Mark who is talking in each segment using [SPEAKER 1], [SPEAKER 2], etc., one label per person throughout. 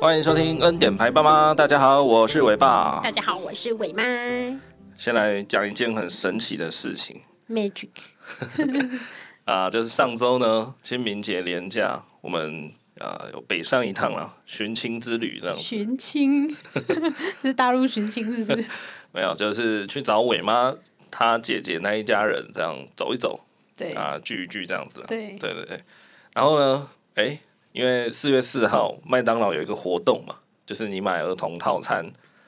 [SPEAKER 1] 欢迎收听恩典牌爸妈，大家好，我是伟爸
[SPEAKER 2] 大。家好，我是伟妈
[SPEAKER 1] 先来讲一件很神奇的事情
[SPEAKER 2] Magic。
[SPEAKER 1] 啊、就是上周呢，清明节连假，我们啊、有北上一趟啦，寻亲之旅这样子。
[SPEAKER 2] 寻 亲，是大陆寻亲，是不是？
[SPEAKER 1] 没有，就是去找伟妈她姐姐那一家人这样走一走
[SPEAKER 2] 对
[SPEAKER 1] 啊、聚一聚这样子啦。
[SPEAKER 2] 对
[SPEAKER 1] 对对对。然后呢，哎，因为四月四号麦当劳有一个活动嘛，就是你买儿童套餐，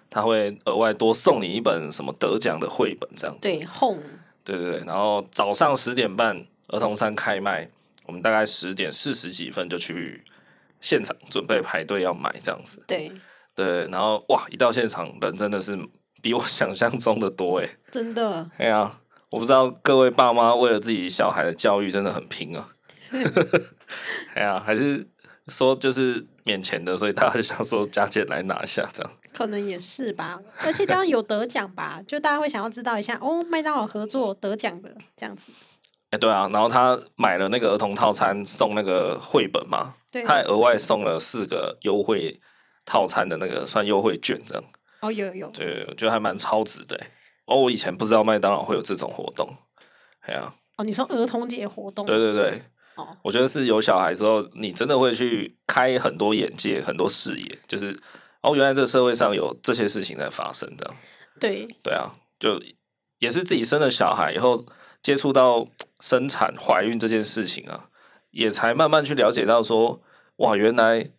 [SPEAKER 1] 他会额外多送你一本什么得奖的绘本这样子。
[SPEAKER 2] 对，home
[SPEAKER 1] 对对对，然后早上十点半儿童餐开卖，我们大概十点四十几分就去现场准备排队要买这样子。
[SPEAKER 2] 对，
[SPEAKER 1] 对，然后哇，一到现场人真的是比我想象中的多诶。
[SPEAKER 2] 真的
[SPEAKER 1] 哎呀，我不知道各位爸妈为了自己小孩的教育真的很拼啊。 哎呀，还是说就是免钱的，所以大家就想说加钱来拿下这样。
[SPEAKER 2] 可能也是吧。而且这样有得奖吧， 就大家会想要知道一下哦，麦当劳合作得奖的这样子。
[SPEAKER 1] 哎，对啊，然后他买了那个儿童套餐送那个绘本嘛，
[SPEAKER 2] 对，
[SPEAKER 1] 他还额外送了四个优惠套餐的那个算优惠券，这样，
[SPEAKER 2] 哦，有有，
[SPEAKER 1] 对，我觉得还蛮超值的欸。哦，我以前不知道麦当劳会有这种活动，哎呀、
[SPEAKER 2] 哦，你说儿童节活动，
[SPEAKER 1] 对对对，
[SPEAKER 2] 哦，
[SPEAKER 1] 我觉得是有小孩之后，你真的会去开很多眼界、很多视野，就是哦，原来这个社会上有这些事情在发生，这样，
[SPEAKER 2] 对
[SPEAKER 1] 对啊，就也是自己生了小孩以后接触到生产、怀孕这件事情啊，也才慢慢去了解到说，哇，原来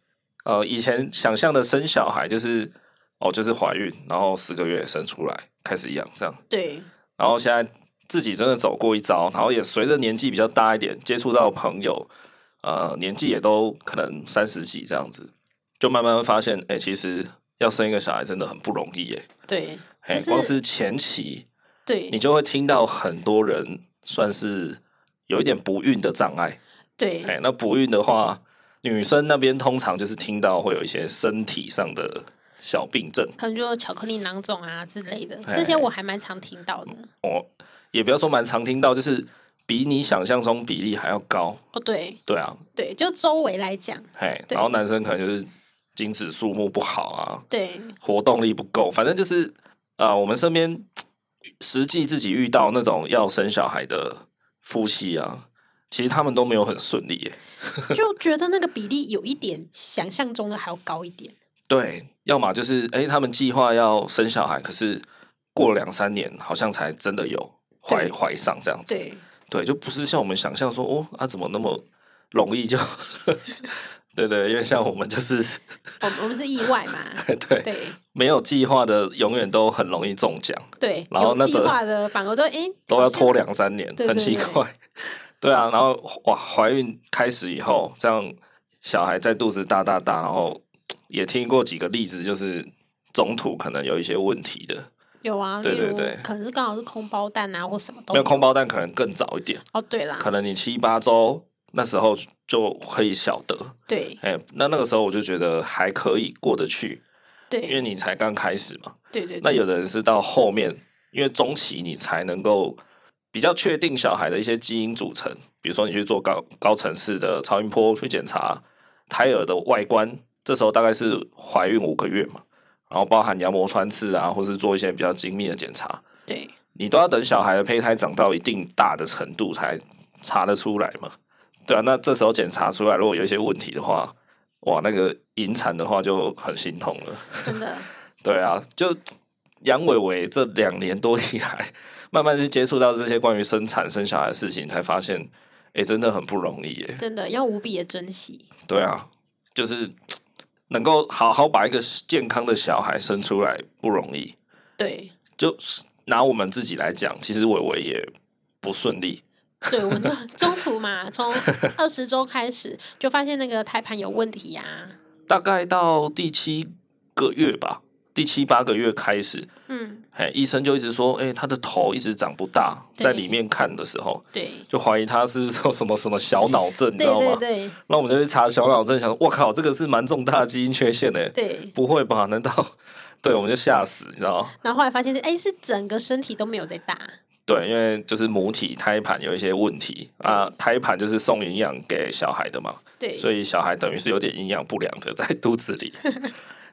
[SPEAKER 1] 呃以前想象的生小孩就是哦就是怀孕，然后十个月生出来开始养这样，
[SPEAKER 2] 对
[SPEAKER 1] 然后现在自己真的走过一遭，然后也随着年纪比较大一点，接触到朋友，呃，年纪也都可能三十几这样子，就慢慢会发现，哎、其实要生一个小孩真的很不容易耶、
[SPEAKER 2] 对
[SPEAKER 1] 哎、
[SPEAKER 2] 就是
[SPEAKER 1] 光是前期，你
[SPEAKER 2] 对
[SPEAKER 1] 就会听到很多人算是有一点不孕的障碍。哎、
[SPEAKER 2] 对
[SPEAKER 1] 那不孕的话，女生那边通常就是听到会有一些身体上的小病症。
[SPEAKER 2] 可能就巧克力囊肿啊之类的，
[SPEAKER 1] 哎
[SPEAKER 2] 这些我还蛮常听到的。
[SPEAKER 1] 哦，也不要说蛮常听到，就是比你想象中比例还要高。
[SPEAKER 2] 哦，对
[SPEAKER 1] 对啊，
[SPEAKER 2] 对，就周围来讲，
[SPEAKER 1] 哎，
[SPEAKER 2] 对
[SPEAKER 1] 然后男生可能就是精子数目不好啊，
[SPEAKER 2] 对
[SPEAKER 1] 活动力不够，反正就是啊、呃我们身边实际自己遇到那种要生小孩的夫妻啊，其实他们都没有很顺利耶。
[SPEAKER 2] 就觉得那个比例有一点想象中的还要高 一点。
[SPEAKER 1] 对，要么就是哎、诶他们计划要生小孩，可是过了两三年，好像才真的有怀
[SPEAKER 2] 对
[SPEAKER 1] 怀上这样子。
[SPEAKER 2] 对
[SPEAKER 1] 对，就不是像我们想象说，哦，啊，怎么那么容易就？ 对对，因为像我们就是，
[SPEAKER 2] 我们我们是意外嘛
[SPEAKER 1] 对
[SPEAKER 2] 对
[SPEAKER 1] 没有计划的，永远都很容易中奖。
[SPEAKER 2] 对，
[SPEAKER 1] 然后那
[SPEAKER 2] 有计
[SPEAKER 1] 则
[SPEAKER 2] 划的反而都哎
[SPEAKER 1] 都要拖，两三年，
[SPEAKER 2] 对对
[SPEAKER 1] 很奇
[SPEAKER 2] 对
[SPEAKER 1] 怪。对啊，然后哇，怀孕开始以后，这样小孩在肚子大大大，然后也听过几个例子，就是中途可能有一些问题的，
[SPEAKER 2] 好像有啊，
[SPEAKER 1] 对
[SPEAKER 2] 例如
[SPEAKER 1] 对对
[SPEAKER 2] 可能是刚好是空包蛋啊或什么东
[SPEAKER 1] 没有
[SPEAKER 2] 西。
[SPEAKER 1] 空包蛋可能更早一点，
[SPEAKER 2] 哦，对啦，
[SPEAKER 1] 可能你七八周那时候就可以晓得，
[SPEAKER 2] 对
[SPEAKER 1] 哎、那那个时候我就觉得还可以过得去，因为
[SPEAKER 2] 对
[SPEAKER 1] 你才刚开始嘛。
[SPEAKER 2] 对对，
[SPEAKER 1] 那
[SPEAKER 2] 对
[SPEAKER 1] 有的人是到后面，因为中期你才能够比较确定小孩的一些基因组成，比如说你去做高高层次的超音波去检查胎儿的外观，这时候大概是怀孕五个月嘛，然后包含羊膜穿刺啊，或是做一些比较精密的检查，
[SPEAKER 2] 对
[SPEAKER 1] 你都要等小孩的胚胎长到一定大的程度才查得出来嘛，对啊，那这时候检查出来如果有一些问题的话，哇，那个引产的话就很心痛了。
[SPEAKER 2] 真的
[SPEAKER 1] 对啊，就杨伟伟这两年多以来，慢慢去接触到这些关于生产生小孩的事情，才发现，哎、真的很不容易耶。
[SPEAKER 2] 真的要无比的珍惜。
[SPEAKER 1] 对啊，就是能够好好把一个健康的小孩生出来不容易。
[SPEAKER 2] 对
[SPEAKER 1] 就是拿我们自己来讲，其实伟伟也不顺利。
[SPEAKER 2] 对，我 们就中途嘛，从二十周开始就发现那个胎盘有问题啊呀。
[SPEAKER 1] 大概到第七个月吧，第七八个月开始，
[SPEAKER 2] 嗯，
[SPEAKER 1] 哎，医生就一直说，哎、他的头一直长不大，
[SPEAKER 2] 对
[SPEAKER 1] 在里面看的时候，
[SPEAKER 2] 对
[SPEAKER 1] 就怀疑他是说什么什么小脑症，你知
[SPEAKER 2] 对
[SPEAKER 1] 道
[SPEAKER 2] 对
[SPEAKER 1] 吗？
[SPEAKER 2] 对
[SPEAKER 1] 那我们就去查小脑症，想说，我靠，这个是蛮重大的基因缺陷的，
[SPEAKER 2] 对，
[SPEAKER 1] 不会吧？ 难道？对，我们就吓死，你知道吗？
[SPEAKER 2] 然后后来发现哎是整个身体都没有在大。
[SPEAKER 1] 对，因为就是母体胎盘有一些问题啊，胎盘就是送营养给小孩的嘛，
[SPEAKER 2] 对，
[SPEAKER 1] 所以小孩等于是有点营养不良的在肚子 里。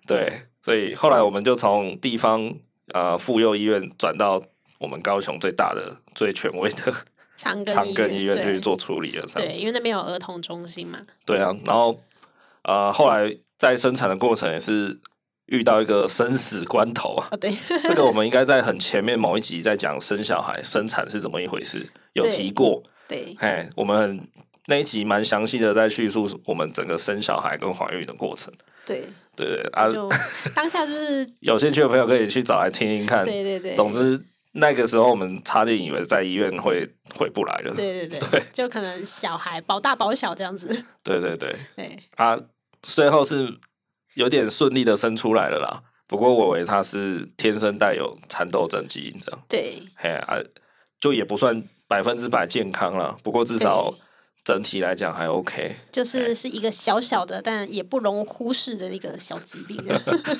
[SPEAKER 1] 对，所以后来我们就从地方呃妇幼医院转到我们高雄最大的、最权威的
[SPEAKER 2] 长 庚
[SPEAKER 1] 长庚医院去
[SPEAKER 2] 对
[SPEAKER 1] 做处理了。这样
[SPEAKER 2] 对，因为那边有儿童中心嘛，
[SPEAKER 1] 对啊，然后呃，后来在生产的过程也是遇到一个生死关头 啊。
[SPEAKER 2] 哦对，
[SPEAKER 1] 这个我们应该在很前面某一集在讲生小孩、生产是怎么一回事，有
[SPEAKER 2] 对
[SPEAKER 1] 提过。
[SPEAKER 2] 对，
[SPEAKER 1] 嘿，我们很那一集蛮详细的在叙述我们整个生小孩跟怀孕的过程。
[SPEAKER 2] 对，
[SPEAKER 1] 对对啊，
[SPEAKER 2] 就当下就是，
[SPEAKER 1] 有兴趣的朋友可以去找来听听看。
[SPEAKER 2] 对对对，
[SPEAKER 1] 总之，那个时候我们差点以为在医院会回不来了。
[SPEAKER 2] 对对对，就可能小孩保大保小这样子，
[SPEAKER 1] 对对对，
[SPEAKER 2] 对，
[SPEAKER 1] 啊，最后是有点顺利的生出来了啦。不过我以为他是天生带有蚕豆症基因这样，
[SPEAKER 2] 对，
[SPEAKER 1] 嘿啊，就也不算百分之百健康啦。不过至少
[SPEAKER 2] 对
[SPEAKER 1] 整体来讲还 OK。哎
[SPEAKER 2] 就是是一个小小的，但也不容忽视的一个小疾 病这样。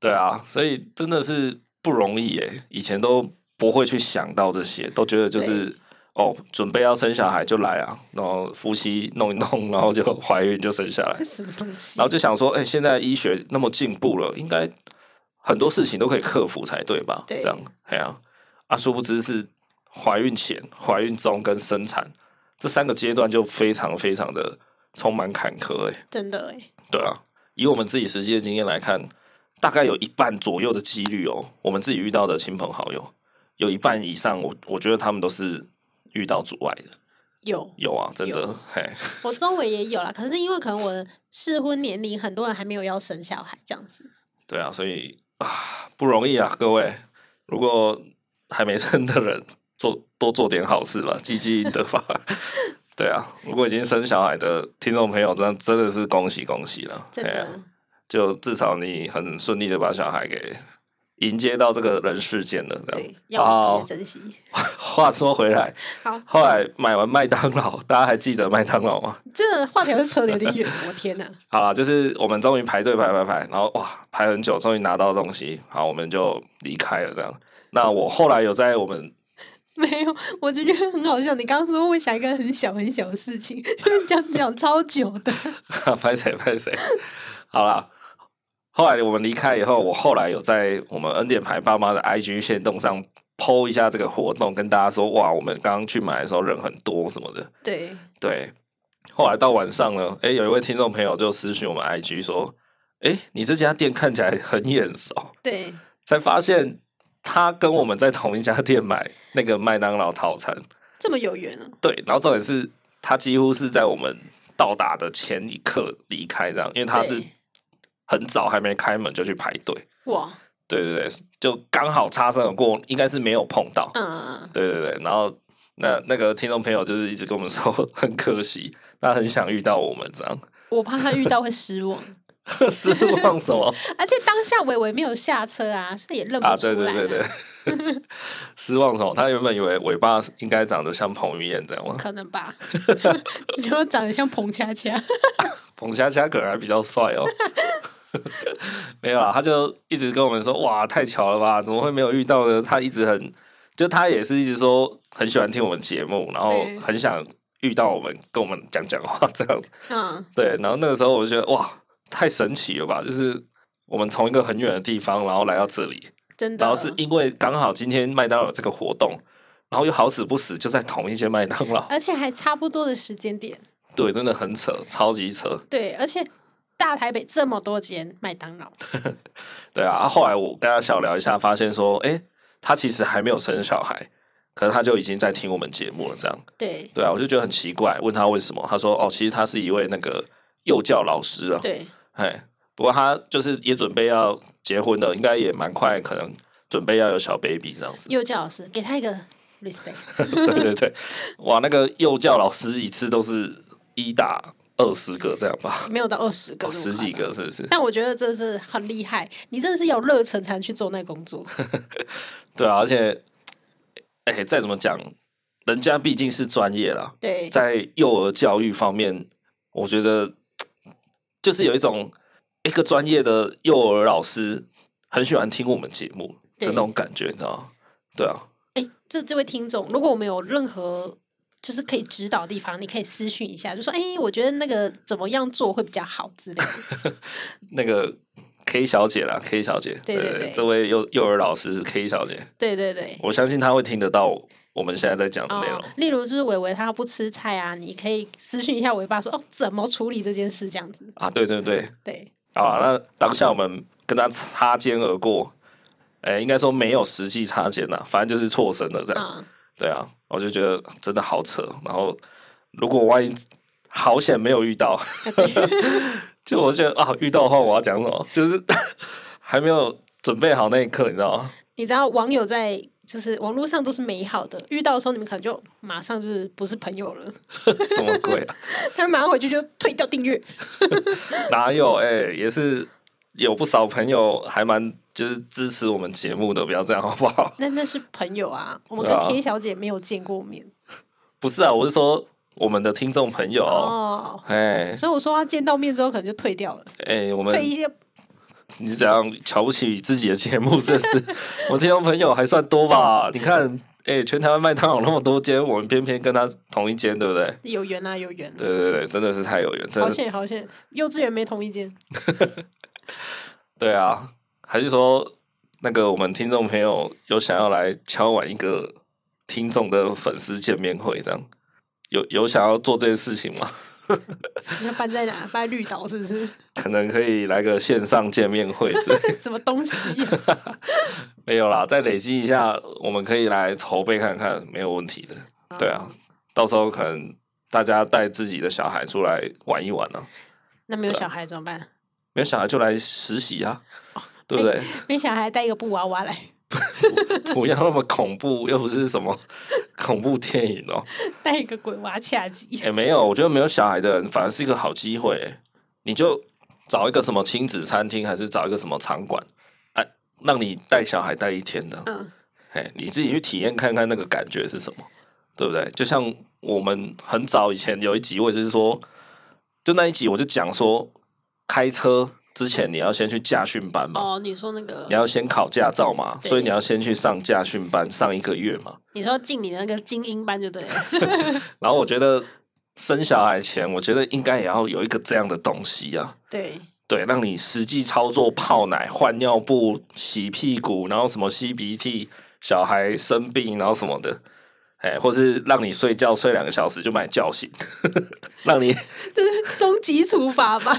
[SPEAKER 1] 对啊，所以真的是不容易诶、以前都不会去想到这些，都觉得就是哦，准备要生小孩就来啊，然后夫妻弄一弄，然后就怀孕就生下来，
[SPEAKER 2] 什么东西
[SPEAKER 1] 然后？就想说，哎、现在医学那么进步了，应该很多事情都可以克服才对吧？
[SPEAKER 2] 对
[SPEAKER 1] 这样，哎呀、啊，殊不知是怀孕前、怀孕中跟生产这三个阶段就非常非常的充满坎坷诶、
[SPEAKER 2] 真的哎、
[SPEAKER 1] 对啊，以我们自己实际的经验来看，大概有一半左右的几率哦，我们自己遇到的亲朋好友，有一半以上我，我觉得他们都是遇到阻碍的。
[SPEAKER 2] 有
[SPEAKER 1] 有啊，真的
[SPEAKER 2] 有，
[SPEAKER 1] 嘿，
[SPEAKER 2] 我周围也有啦，可是因为可能我的适婚年龄，很多人还没有要生小孩这样子。
[SPEAKER 1] 对啊，所以啊，不容易啊，各位，如果还没生的人，做多做点好事吧，积积阴德吧。 对啊，如果已经生小孩的听众朋友，真的真的是恭喜恭喜了，
[SPEAKER 2] 真
[SPEAKER 1] 嘿
[SPEAKER 2] 的，
[SPEAKER 1] 啊就至少你很顺利的把小孩给迎接到这个人世间了。这样
[SPEAKER 2] 对，要特别珍惜。
[SPEAKER 1] 话说回来，
[SPEAKER 2] 好，
[SPEAKER 1] 哦后来买完麦当劳，大家还记得麦当劳吗？
[SPEAKER 2] 这个话题好像扯得有点远，我天哪！
[SPEAKER 1] 好啦，就是我们终于排队排排排，然后哇排很久，终于拿到东西，好我们就离开了这样。那我后来有在我们
[SPEAKER 2] 没有，我觉得很好笑。你刚刚说会想一个很小很小的事情， 讲讲超久的。
[SPEAKER 1] 拍谁拍谁， 好啦，后来我们离开以后，我后来有在我们恩典牌爸妈的 IG 线动上 PO 一下这个活动，跟大家说哇，我们刚刚去买的时候人很多什么的，
[SPEAKER 2] 对，
[SPEAKER 1] 对，后来到晚上了，哎，有一位听众朋友就私讯我们 IG 说，哎，你这家店看起来很眼熟，
[SPEAKER 2] 对，
[SPEAKER 1] 才发现他跟我们在同一家店买那个麦当劳套餐。
[SPEAKER 2] 这么有缘啊！
[SPEAKER 1] 对，然后重点是他几乎是在我们到达的前一刻离开，这样，因为他是
[SPEAKER 2] 对
[SPEAKER 1] 很早还没开门就去排队。
[SPEAKER 2] 哇，
[SPEAKER 1] 对对对，就刚好擦身而过，应该是没有碰到。
[SPEAKER 2] 嗯，
[SPEAKER 1] 对对对，然后那那个听众朋友就是一直跟我们说 很可惜，他很想遇到我们这样，
[SPEAKER 2] 我怕他遇到会失望，
[SPEAKER 1] 失望什么
[SPEAKER 2] 而且当下伟伟没有下车啊，所以也认不
[SPEAKER 1] 啊？
[SPEAKER 2] 出来、
[SPEAKER 1] 对对对对，， 失望什么？他原本以为尾巴应该长得像彭于晏这样吗？
[SPEAKER 2] 可能 吧，只有长得像彭恰恰，
[SPEAKER 1] 彭佳佳可能还比较帅哦。 没有啊，他就一直跟我们说，哇，太巧了吧，怎么会没有遇到呢？他一直很，就他也是一直说很喜欢听我们节目，然后
[SPEAKER 2] 对
[SPEAKER 1] 很想遇到我们，跟我们讲讲话这样。
[SPEAKER 2] 嗯，
[SPEAKER 1] 对，然后那个时候我就觉得哇，太神奇了吧！就是我们从一个很远的地方，然后来到这里，
[SPEAKER 2] 真的，
[SPEAKER 1] 然后是因为刚好今天麦当劳有这个活动，然后又好死不死就在同一间麦当 劳，
[SPEAKER 2] 而且还差不多的时间点，
[SPEAKER 1] 对，真的很扯，超级扯。
[SPEAKER 2] 对，而且大台北这么多间麦当劳，
[SPEAKER 1] 对啊，啊后来我跟他小聊一下，发现说，哎、他其实还没有生小孩，可是他就已经在听我们节目了，这样。
[SPEAKER 2] 对
[SPEAKER 1] 对啊，我就觉得很奇怪，问他为什么，他说，哦，其实他是一位那个幼教老师啊，
[SPEAKER 2] 对
[SPEAKER 1] 哎，不过他就是也准备要结婚了，应该也蛮快，可能准备要有小 baby 这样子。
[SPEAKER 2] 幼教老师给他一个 respect，
[SPEAKER 1] 对对对，哇，那个幼教老师一次都是一打二十个这样吧，
[SPEAKER 2] 没有到二十个、啊
[SPEAKER 1] 哦十几。个是不是？
[SPEAKER 2] 但我觉得真的是很厉害，你真的是有热忱才能去做那个工作。
[SPEAKER 1] 对啊，而且，哎、再怎么讲，人家毕竟是专业啦，
[SPEAKER 2] 对，
[SPEAKER 1] 在幼儿教育方面，我觉得就是有一种一个专业的幼儿老师很喜欢听我们节目的
[SPEAKER 2] 对
[SPEAKER 1] 那种感觉，你知道吗？对啊，
[SPEAKER 2] 哎，这这位听众，如果我们有任何就是可以指导的地方，你可以私讯一下，就说：“哎、我觉得那个怎么样做会比较好之类的。
[SPEAKER 1] 那个 K 小姐啦，K 小姐，
[SPEAKER 2] 对对对
[SPEAKER 1] 这位幼幼儿老师是 K 小姐，”
[SPEAKER 2] 对对对。
[SPEAKER 1] 我相信她会听得到我们现在在讲的内容
[SPEAKER 2] 哦。，例如就是伟伟他不吃菜啊，你可以私讯一下伟爸说：“哦，怎么处理这件事？”这样子，
[SPEAKER 1] 啊，对对对，
[SPEAKER 2] 对
[SPEAKER 1] 啊，那当下我们跟他擦肩而过，哎、应该说没有实际擦肩呐、反正就是错身了这样。
[SPEAKER 2] 啊、
[SPEAKER 1] 对啊，我就觉得真的好扯。然后如果万一好险没有遇到，
[SPEAKER 2] 啊
[SPEAKER 1] 就我觉得啊，遇到的话我要讲什么，就是 还没有准备好那一刻，你知道吗？
[SPEAKER 2] 你知道网友在就是网络上都是美好的，遇到的时候你们可能就马上就是不是朋友了，
[SPEAKER 1] 什么鬼啊？
[SPEAKER 2] 他马上回去就退掉订阅。
[SPEAKER 1] 哪有？哎、也是有不少朋友还蛮就是支持我们节目的，不要这样好不好？
[SPEAKER 2] 那那是朋友啊，我们
[SPEAKER 1] 对
[SPEAKER 2] 跟
[SPEAKER 1] 啊
[SPEAKER 2] K 小姐没有见过面
[SPEAKER 1] 不是啊，我是说我们的听众朋友。
[SPEAKER 2] 哦，
[SPEAKER 1] 哎
[SPEAKER 2] 所以我说她见到面之后可能就退掉了，
[SPEAKER 1] 哎、我们
[SPEAKER 2] 退一些
[SPEAKER 1] 你怎样瞧不起自己的节目？是不是？我听众朋友还算多吧？你看，哎、全台湾麦当劳那么多间，我们偏偏跟他同一间，对不对？
[SPEAKER 2] 有缘啊，有缘、
[SPEAKER 1] 对对对，真的是太有缘，真
[SPEAKER 2] 好
[SPEAKER 1] 的是
[SPEAKER 2] 险好险，幼稚园没同一间，
[SPEAKER 1] 对啊。还是说，那个我们听众朋友有想要来敲碗一个听众的粉丝见面会，这样有有想要做这件事情吗？
[SPEAKER 2] 你要搬在哪？搬在绿岛是不是？
[SPEAKER 1] 可能可以来个线上见面会之类的，
[SPEAKER 2] 什么东西、啊？
[SPEAKER 1] 没有啦，再累积一下，我们可以来筹备看看，没有问题的。对啊，
[SPEAKER 2] 哦
[SPEAKER 1] 到时候可能大家带自己的小孩出来玩一玩呢、
[SPEAKER 2] 那
[SPEAKER 1] 啊
[SPEAKER 2] 没有小孩怎么办？
[SPEAKER 1] 没有小孩就来实习啊，对不对？
[SPEAKER 2] 没小孩带一个布娃娃来，
[SPEAKER 1] 不要那么恐怖，又不是什么恐怖电影哦。
[SPEAKER 2] 带一个鬼娃恰吉。
[SPEAKER 1] 也哎没有，我觉得没有小孩的人反而是一个好机会欸，你就找一个什么亲子餐厅，还是找一个什么场馆，哎，让你带小孩带一天的，
[SPEAKER 2] 嗯，
[SPEAKER 1] 哎，你自己去体验看看那个感觉是什么，对不对？就像我们很早以前有一集，我也是说，就那一集我就讲说，开车之前你要先去驾训班嘛，
[SPEAKER 2] 哦，你说那个
[SPEAKER 1] 嗯你，要先考驾照嘛，
[SPEAKER 2] 对
[SPEAKER 1] 所以你要先去上驾训班上一个月嘛。
[SPEAKER 2] 你说进你的那个精英班就对 了。
[SPEAKER 1] 然
[SPEAKER 2] 嗯
[SPEAKER 1] 后我觉得生小孩前，我觉得应该也要有一个这样的东西啊。
[SPEAKER 2] 对，
[SPEAKER 1] 对，让你实际操作泡奶、换尿布、洗屁股，然后什么吸鼻涕，小孩生病，然后什么的，哎，或是让你睡觉睡两个小时就把你叫醒， 让你
[SPEAKER 2] 这是终极处罚吧？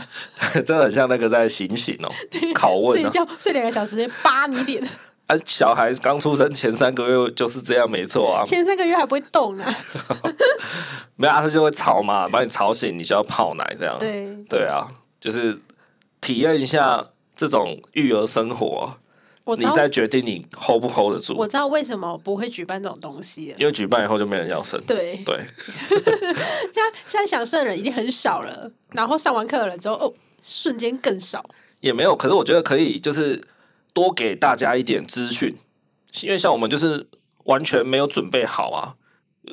[SPEAKER 1] 真的很像那个在行刑哦， 拷问
[SPEAKER 2] 睡
[SPEAKER 1] 啊，
[SPEAKER 2] 觉睡两个小时，扒你脸，
[SPEAKER 1] 啊，小孩刚出生前三个月就是这样，没错啊，
[SPEAKER 2] 前三个月还不会动啊呢。
[SPEAKER 1] 没有、啊、他就会吵嘛，把你吵醒，你就要泡奶这样，
[SPEAKER 2] 对，
[SPEAKER 1] 对啊，就是体验一下这种育儿生活，
[SPEAKER 2] 我知
[SPEAKER 1] 你
[SPEAKER 2] 道
[SPEAKER 1] 再决定你 hold 不 hold 得住。
[SPEAKER 2] 我知道为什么不会举办这种东西了。
[SPEAKER 1] 因为举办以后就没人要生。
[SPEAKER 2] 对，
[SPEAKER 1] 对
[SPEAKER 2] 现在现在想睡的人已经很少了，然后上完课的人之后，哦，瞬间更少。
[SPEAKER 1] 也没有。可是我觉得可以，就是多给大家一点资讯，因为像我们就是完全没有准备好啊。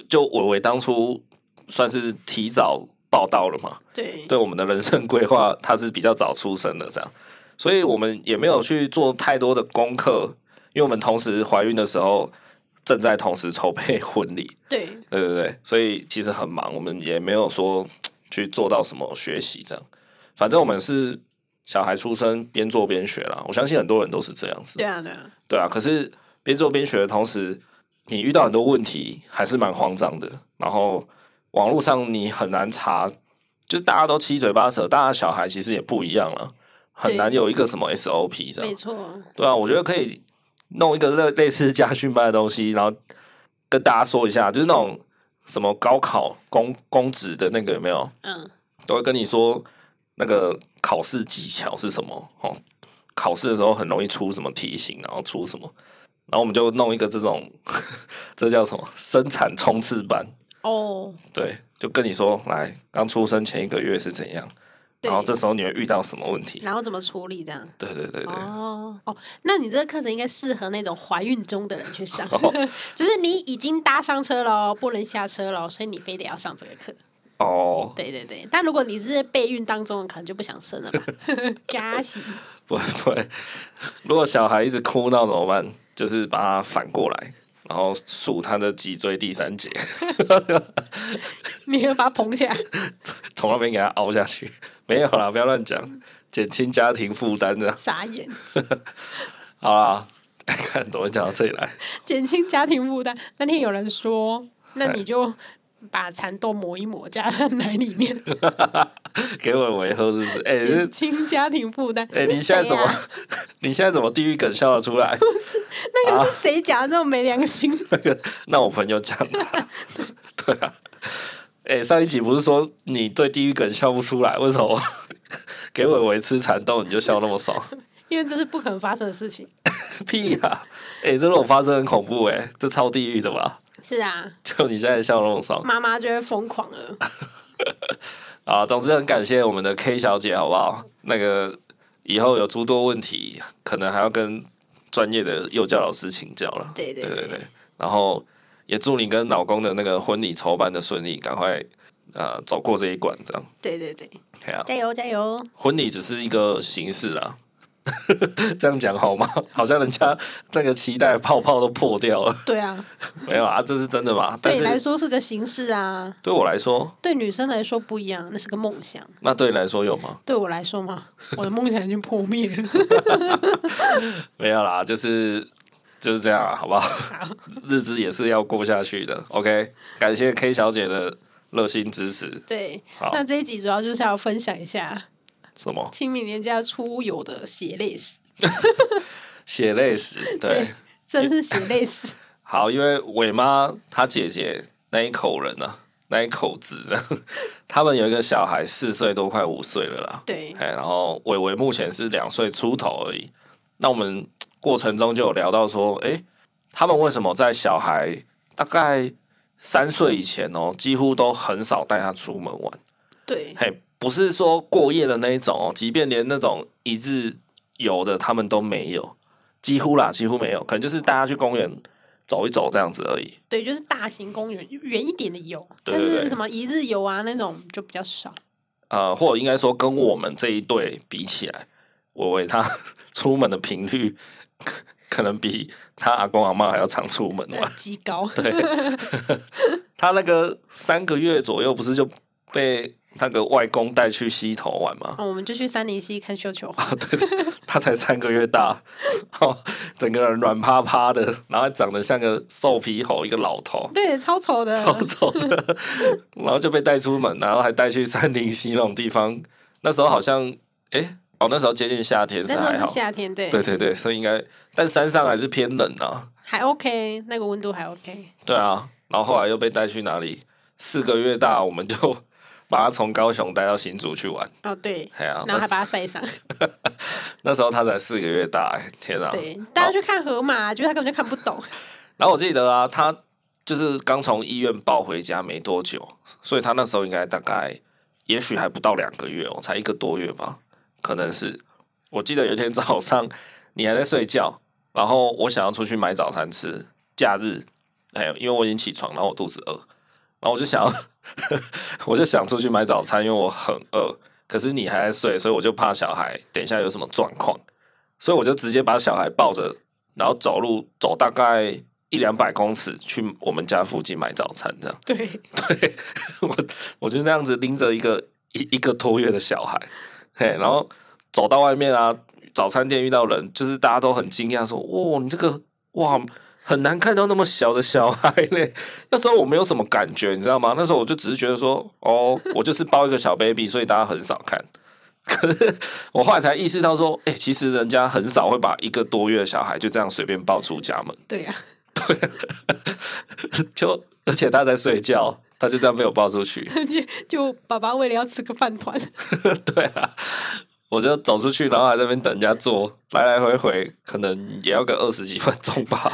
[SPEAKER 1] 就伟伟当初算是提早报道了嘛，
[SPEAKER 2] 对，
[SPEAKER 1] 对我们的人生规划，他是比较早出生的这样，所以我们也没有去做太多的功课，因为我们同时怀孕的时候正在同时筹备 婚礼，
[SPEAKER 2] 对，
[SPEAKER 1] 对对对，所以其实很忙，我们也没有说去做到什么学习这样。反正我们是小孩出生边做边学啦，我相信很多人都是这样子。
[SPEAKER 2] 对啊，对啊，
[SPEAKER 1] 对啊，可是边做边学的同时，你遇到很多问题还是蛮慌张的。然后网络上你很难查，就是大家都七嘴八舌，大家小孩其实也不一样了，很
[SPEAKER 2] 对
[SPEAKER 1] 难有一个什么 SOP 这样
[SPEAKER 2] 没。错。
[SPEAKER 1] 对啊，我觉得可以弄一个类类似家训班的东西，然后跟大家说一下，就是那种什么高考公公职的那个有没有，
[SPEAKER 2] 嗯，
[SPEAKER 1] 都会跟你说那个考试技巧是什么哦。考试的时候很容易出什么题型，然后出什么，然后我们就弄一个这种， 这叫什么生产冲刺班？
[SPEAKER 2] 哦，
[SPEAKER 1] 对，就跟你说，来，刚出生前一个月是怎样，
[SPEAKER 2] 对
[SPEAKER 1] 然后这时候你会遇到什么问题？
[SPEAKER 2] 然后怎么处理这样？
[SPEAKER 1] 对对对对，
[SPEAKER 2] 哦哦，那你这个课程应该适合那种怀孕中的人去上，
[SPEAKER 1] 哦
[SPEAKER 2] 就是你已经搭上车喽，不能下车喽，所以你非得要上这个课。
[SPEAKER 1] 哦，
[SPEAKER 2] 对对对，但如果你是备孕当中，可能就不想生 了吧？ 加息，
[SPEAKER 1] 不会不会，如果小孩一直哭闹怎么办？就是把他反过来，然后数他的脊椎第三节，
[SPEAKER 2] 你要把它捧起来，
[SPEAKER 1] 从那边给他凹下去。 没有啦，不要乱讲，减轻家庭负担这样。
[SPEAKER 2] 傻眼，
[SPEAKER 1] 好啦， 看怎么讲到这里来。
[SPEAKER 2] 减轻家庭负担。那天有人说，那
[SPEAKER 1] 哎
[SPEAKER 2] 你就把蚕豆磨一磨，加在奶里面，
[SPEAKER 1] 给我维喝是不是？哎、这
[SPEAKER 2] 减轻家庭负担。
[SPEAKER 1] 哎、
[SPEAKER 2] 是
[SPEAKER 1] 你现在
[SPEAKER 2] 谁
[SPEAKER 1] 怎么
[SPEAKER 2] 啊？
[SPEAKER 1] 你现在怎么地狱梗笑得出来？
[SPEAKER 2] 那个是谁讲的这种没良心？
[SPEAKER 1] 那个，那我朋友讲的啊、对啊。哎、上一集不是说你对地狱梗笑不出来，为什么 给伟伟吃蚕豆你就笑那么爽？
[SPEAKER 2] 因为这是不可能发生的事情。
[SPEAKER 1] 屁呀、哎、这种发生很恐怖哎、这超地狱的吧？
[SPEAKER 2] 是啊，
[SPEAKER 1] 就你现在笑那么爽
[SPEAKER 2] 妈妈就会疯狂了。
[SPEAKER 1] 啊！总之很感谢我们的 K 小姐，好不好？那个以后有诸多问题，可能还要跟专业的幼教老师请教了。
[SPEAKER 2] 对对
[SPEAKER 1] 对对
[SPEAKER 2] 对
[SPEAKER 1] 然后也祝你跟老公的那个婚礼筹办的顺利，赶快呃走过这一关，这样。
[SPEAKER 2] 对对对，
[SPEAKER 1] 对啊，
[SPEAKER 2] 加油加油！
[SPEAKER 1] 婚礼只是一个形式啊， 这样讲好吗？好像人家那个期待泡泡都破掉了，
[SPEAKER 2] 对啊，
[SPEAKER 1] 没有啊，这是真的吗？但
[SPEAKER 2] 对你来
[SPEAKER 1] 是
[SPEAKER 2] 说是个形式啊，
[SPEAKER 1] 对我来说，
[SPEAKER 2] 对女生来说不一样，那是个梦想。
[SPEAKER 1] 那对你来说有吗？
[SPEAKER 2] 对我来说嘛，我的梦想已经破灭了。
[SPEAKER 1] 没有啦，就是就是这样啊，好不好？ 日子也是要过下去的。OK，感谢 K 小姐的热心支持。
[SPEAKER 2] 对，
[SPEAKER 1] 好
[SPEAKER 2] 那这一集主要就是要分享一下
[SPEAKER 1] 什么
[SPEAKER 2] 清明年假出游的血泪史，
[SPEAKER 1] 血泪史？ 对，
[SPEAKER 2] 真是血泪史。
[SPEAKER 1] 好，因为伟妈她姐姐那一口人啊，那一口子这样， 他们有一个小孩四岁多，快五岁了啦。
[SPEAKER 2] 对，
[SPEAKER 1] 哎，然后伟伟目前是两岁出头而已。那我们过程中就有聊到说，哎，他们为什么在小孩大概三岁以前哦，几乎都很少带他出门玩？
[SPEAKER 2] 对，
[SPEAKER 1] 嘿，不是说过夜的那一种哦，即便连那种一日游的他们都没有，几乎啦，几乎没有，可能就是大家去公园走一走这样子而已。
[SPEAKER 2] 对，就是大型公园远一点的游，
[SPEAKER 1] 对
[SPEAKER 2] 但
[SPEAKER 1] 对
[SPEAKER 2] 是
[SPEAKER 1] 对
[SPEAKER 2] 什么一日游啊那种就比较少。
[SPEAKER 1] 呃，或者应该说跟我们这一对比起来，我为他 出门的频率可可能比他阿公阿妈还要常出门
[SPEAKER 2] 对
[SPEAKER 1] 吧。
[SPEAKER 2] 极 高，
[SPEAKER 1] 他那个三个月左右不是就被那个外公带去溪头玩吗？
[SPEAKER 2] 哦我们就去三林溪看绣球花。
[SPEAKER 1] 啊，对，他才三个月大，哦，整个人软趴趴的，然后长得像个瘦皮猴，一个老头，
[SPEAKER 2] 对，超丑的，
[SPEAKER 1] 超丑的，然后就被带出门，然后还带去山林溪那种地方。那时候好像，诶，哦，那时候接近夏天是
[SPEAKER 2] 那
[SPEAKER 1] 还
[SPEAKER 2] 时候
[SPEAKER 1] 好
[SPEAKER 2] 是，夏天，对，
[SPEAKER 1] 对对对，所以应该，但山上还是偏冷啊，
[SPEAKER 2] 还 OK，那个温度还 OK。
[SPEAKER 1] 对啊。然后后来又被带去哪里？四个月大，我们就把他从高雄带到新竹去玩。
[SPEAKER 2] 哦，对，
[SPEAKER 1] 哎呀、
[SPEAKER 2] 然
[SPEAKER 1] 那
[SPEAKER 2] 后还
[SPEAKER 1] 时
[SPEAKER 2] 把它晒伤。
[SPEAKER 1] 那时候他才四个月大、哎天啊！
[SPEAKER 2] 对，大家去看河马，啊就是他根本就看不懂。
[SPEAKER 1] 然后我记得啊，他就是刚从医院抱回家没多久，所以他那时候应该大概，也许还不到两个月哦，才一个多月吧，可能是。我记得有一天早上你还在睡觉，然后我想要出去买早餐吃，假日，哎，因为我已经起床，然后我肚子饿，然后我就想要， 我就想出去买早餐，因为我很饿。可是你还在睡，所以我就怕小孩等一下有什么状况，所以我就直接把小孩抱着，然后走路走大概一两百公尺去我们家附近买早餐，这样。
[SPEAKER 2] 对，
[SPEAKER 1] 对我，我就那样子拎着一个一一个多月的小孩，嘿，然后走到外面啊，早餐店遇到人，就是大家都很惊讶，说：“哇，你这个哇，很难看到那么小的小孩嘞。” 那时候我没有什么感觉，你知道吗？那时候我就只是觉得说：“哦，我就是抱一个小 baby，所以大家很少看。” 可是我后来才意识到说，哎、其实人家很少会把一个多月的小孩就这样随便抱出家门。
[SPEAKER 2] 对啊，
[SPEAKER 1] 就而且他在睡觉，他就这样被我抱出去。
[SPEAKER 2] 就就爸爸为了要吃个饭 团，
[SPEAKER 1] 对啊，我就走出去，然后还在那边等人家坐，来来回回可能也要个二十几分钟 吧。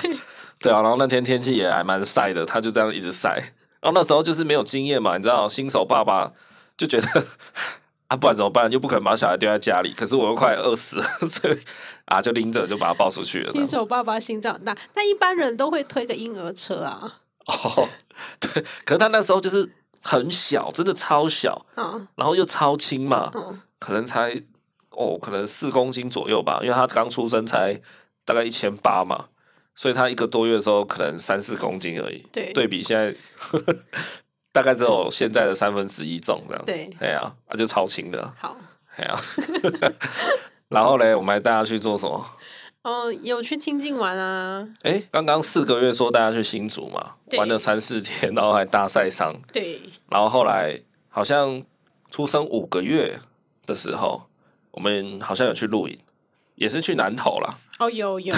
[SPEAKER 1] 对啊，然后那天天气也还蛮晒的，他就这样一直晒。然后那时候就是没有经验嘛，你知道，新手爸爸就觉得啊，不然怎么办？又不肯把小孩丢在家里，可是我又快饿死了， 所以啊，就拎着就把他抱出去了。这
[SPEAKER 2] 新
[SPEAKER 1] 样
[SPEAKER 2] 手爸爸心脏很大，但一般人都会推个婴儿车啊，
[SPEAKER 1] 哦，对，可是他那时候就是很小，真的超小，
[SPEAKER 2] 啊，
[SPEAKER 1] 然后又超轻嘛，
[SPEAKER 2] 嗯，
[SPEAKER 1] 可能才哦，可能四公斤左右吧，因为他刚出生才大概一千八嘛，所以他一个多月的时候可能三四公斤而已，
[SPEAKER 2] 对
[SPEAKER 1] 对比现在 大概只有现在的三分之一重这样，
[SPEAKER 2] 对
[SPEAKER 1] 哎呀、啊，那就超轻的，
[SPEAKER 2] 好，
[SPEAKER 1] 哎 呀、然后嘞，我们还带他去做什么？
[SPEAKER 2] 哦，有去清境玩啊，
[SPEAKER 1] 哎，刚刚四个月说带他去新竹嘛，
[SPEAKER 2] 对
[SPEAKER 1] 玩了三四天，然后还大晒伤，
[SPEAKER 2] 对，
[SPEAKER 1] 然后后来好像出生五个月的时候，我们好像有去露营，也是去南投啦。
[SPEAKER 2] 哦，有 有，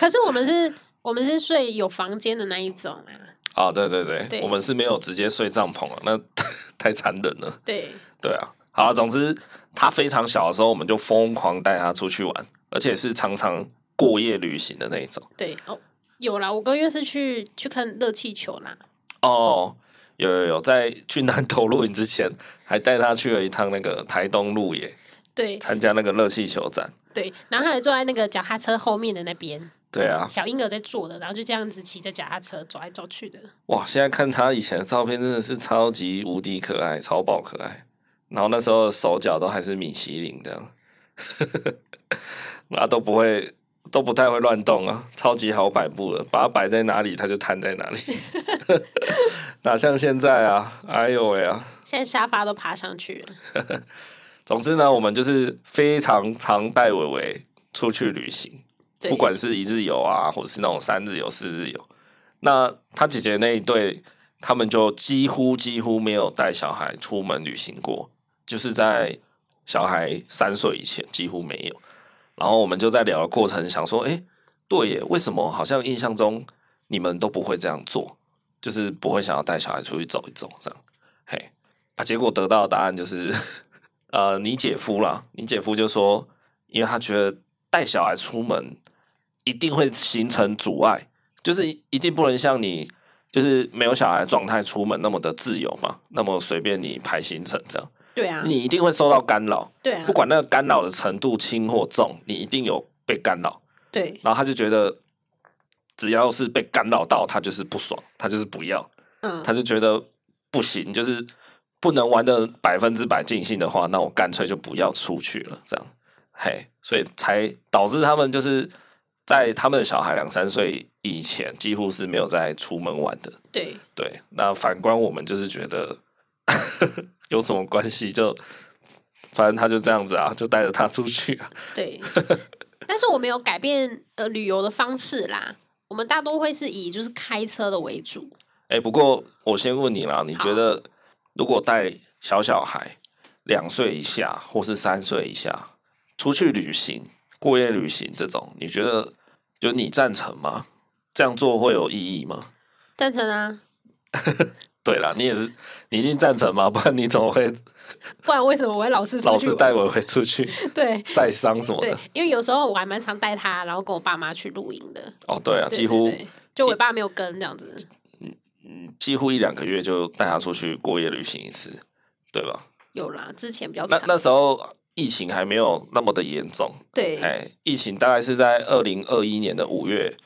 [SPEAKER 2] 可是我们是，我们是睡有房间的那一种啊，
[SPEAKER 1] 啊，对对对，
[SPEAKER 2] 对
[SPEAKER 1] 我们是没有直接睡帐篷了，那 太残忍了。
[SPEAKER 2] 对，
[SPEAKER 1] 对啊，好啊总之他非常小的时候，我们就疯狂带他出去玩，而且是常常过夜旅行的那一种。
[SPEAKER 2] 对，哦，有啦，我跟月是去去看热气球啦，
[SPEAKER 1] 哦，有有有，在去南投露营之前，还带他去了一趟那个台东路野，
[SPEAKER 2] 对
[SPEAKER 1] 参加那个热气球展。
[SPEAKER 2] 对，然后还坐在那个脚踏车后面的那边，
[SPEAKER 1] 对啊，
[SPEAKER 2] 小婴儿在坐的，然后就这样子骑着脚踏车走来走去的，
[SPEAKER 1] 哇！现在看他以前的照片，真的是超级无敌可爱，超爆可爱。然后那时候手脚都还是米其林这样， 啊那都不会，都不太会乱动啊，超级好摆布的，把它摆在哪里，它就瘫在哪里。 哪像现在啊，哎呦喂啊！
[SPEAKER 2] 现在沙发都爬上去了，
[SPEAKER 1] 总之呢，我们就是非常常带伟伟出去旅行，
[SPEAKER 2] 对，
[SPEAKER 1] 不管是一日游啊，或者是那种三日游、四日游。那他姐姐那一对，他们就几乎几乎没有带小孩出门旅行过，就是在小孩三岁以前几乎没有。然后我们就在聊的过程想说，哎、对耶，为什么好像印象中你们都不会这样做，就是不会想要带小孩出去走一走这样？嘿，啊，结果得到的答案就是，呃，你姐夫啦，你姐夫就说，因为他觉得带小孩出门一定会形成阻碍，就是一一定不能像你就是没有小孩的状态出门那么的自由嘛，那么随便你排行程这样，
[SPEAKER 2] 对啊，
[SPEAKER 1] 你一定会受到干扰，
[SPEAKER 2] 对啊
[SPEAKER 1] 不，管那个干扰的程度轻或重，你一定有被干扰。
[SPEAKER 2] 对，
[SPEAKER 1] 然后他就觉得，只要是被干扰到，他就是不爽，他就是不要，
[SPEAKER 2] 嗯
[SPEAKER 1] 他，就觉得不行，就是不能玩的百分之百尽兴的话，那我干脆就不要出去了，这样，嘿，所以才导致他们就是在他们的小孩两三岁以前，几乎是没有在出门玩的。
[SPEAKER 2] 对，
[SPEAKER 1] 对，那反观我们就是觉得 有什么关系就。反正他就这样子啊，就带着他出去啊。
[SPEAKER 2] 对，但是我们有改变呃旅游的方式啦。我们大多会是以就是开车的为主，
[SPEAKER 1] 哎、不过我先问你啦，你觉得如果带小小孩两岁以下或是三岁以下出去旅行、过夜旅行这种，你觉得就你赞成吗？这样做会有意义吗？
[SPEAKER 2] 赞成啊，
[SPEAKER 1] 对啦，你也是，你一定赞成吗？不然你怎么 会
[SPEAKER 2] 不然为什么我会老是出
[SPEAKER 1] 老
[SPEAKER 2] 去
[SPEAKER 1] 是
[SPEAKER 2] 玩？
[SPEAKER 1] 带我回出 去
[SPEAKER 2] 对
[SPEAKER 1] 晒伤什么
[SPEAKER 2] 对
[SPEAKER 1] 的？，
[SPEAKER 2] 因为有时候我还蛮常带他，然后跟我爸妈去露营的，
[SPEAKER 1] 哦，对啊，
[SPEAKER 2] 对
[SPEAKER 1] 几
[SPEAKER 2] 对
[SPEAKER 1] 乎嗯
[SPEAKER 2] 对就我爸没有跟这样子，
[SPEAKER 1] 几乎一两个月就带他出去过夜旅行一次，对吧？
[SPEAKER 2] 有啦，之前比较
[SPEAKER 1] 那
[SPEAKER 2] 长，
[SPEAKER 1] 那时候疫情还没有那么的严重，
[SPEAKER 2] 对
[SPEAKER 1] 哎，疫情大概是在二零二一年的五月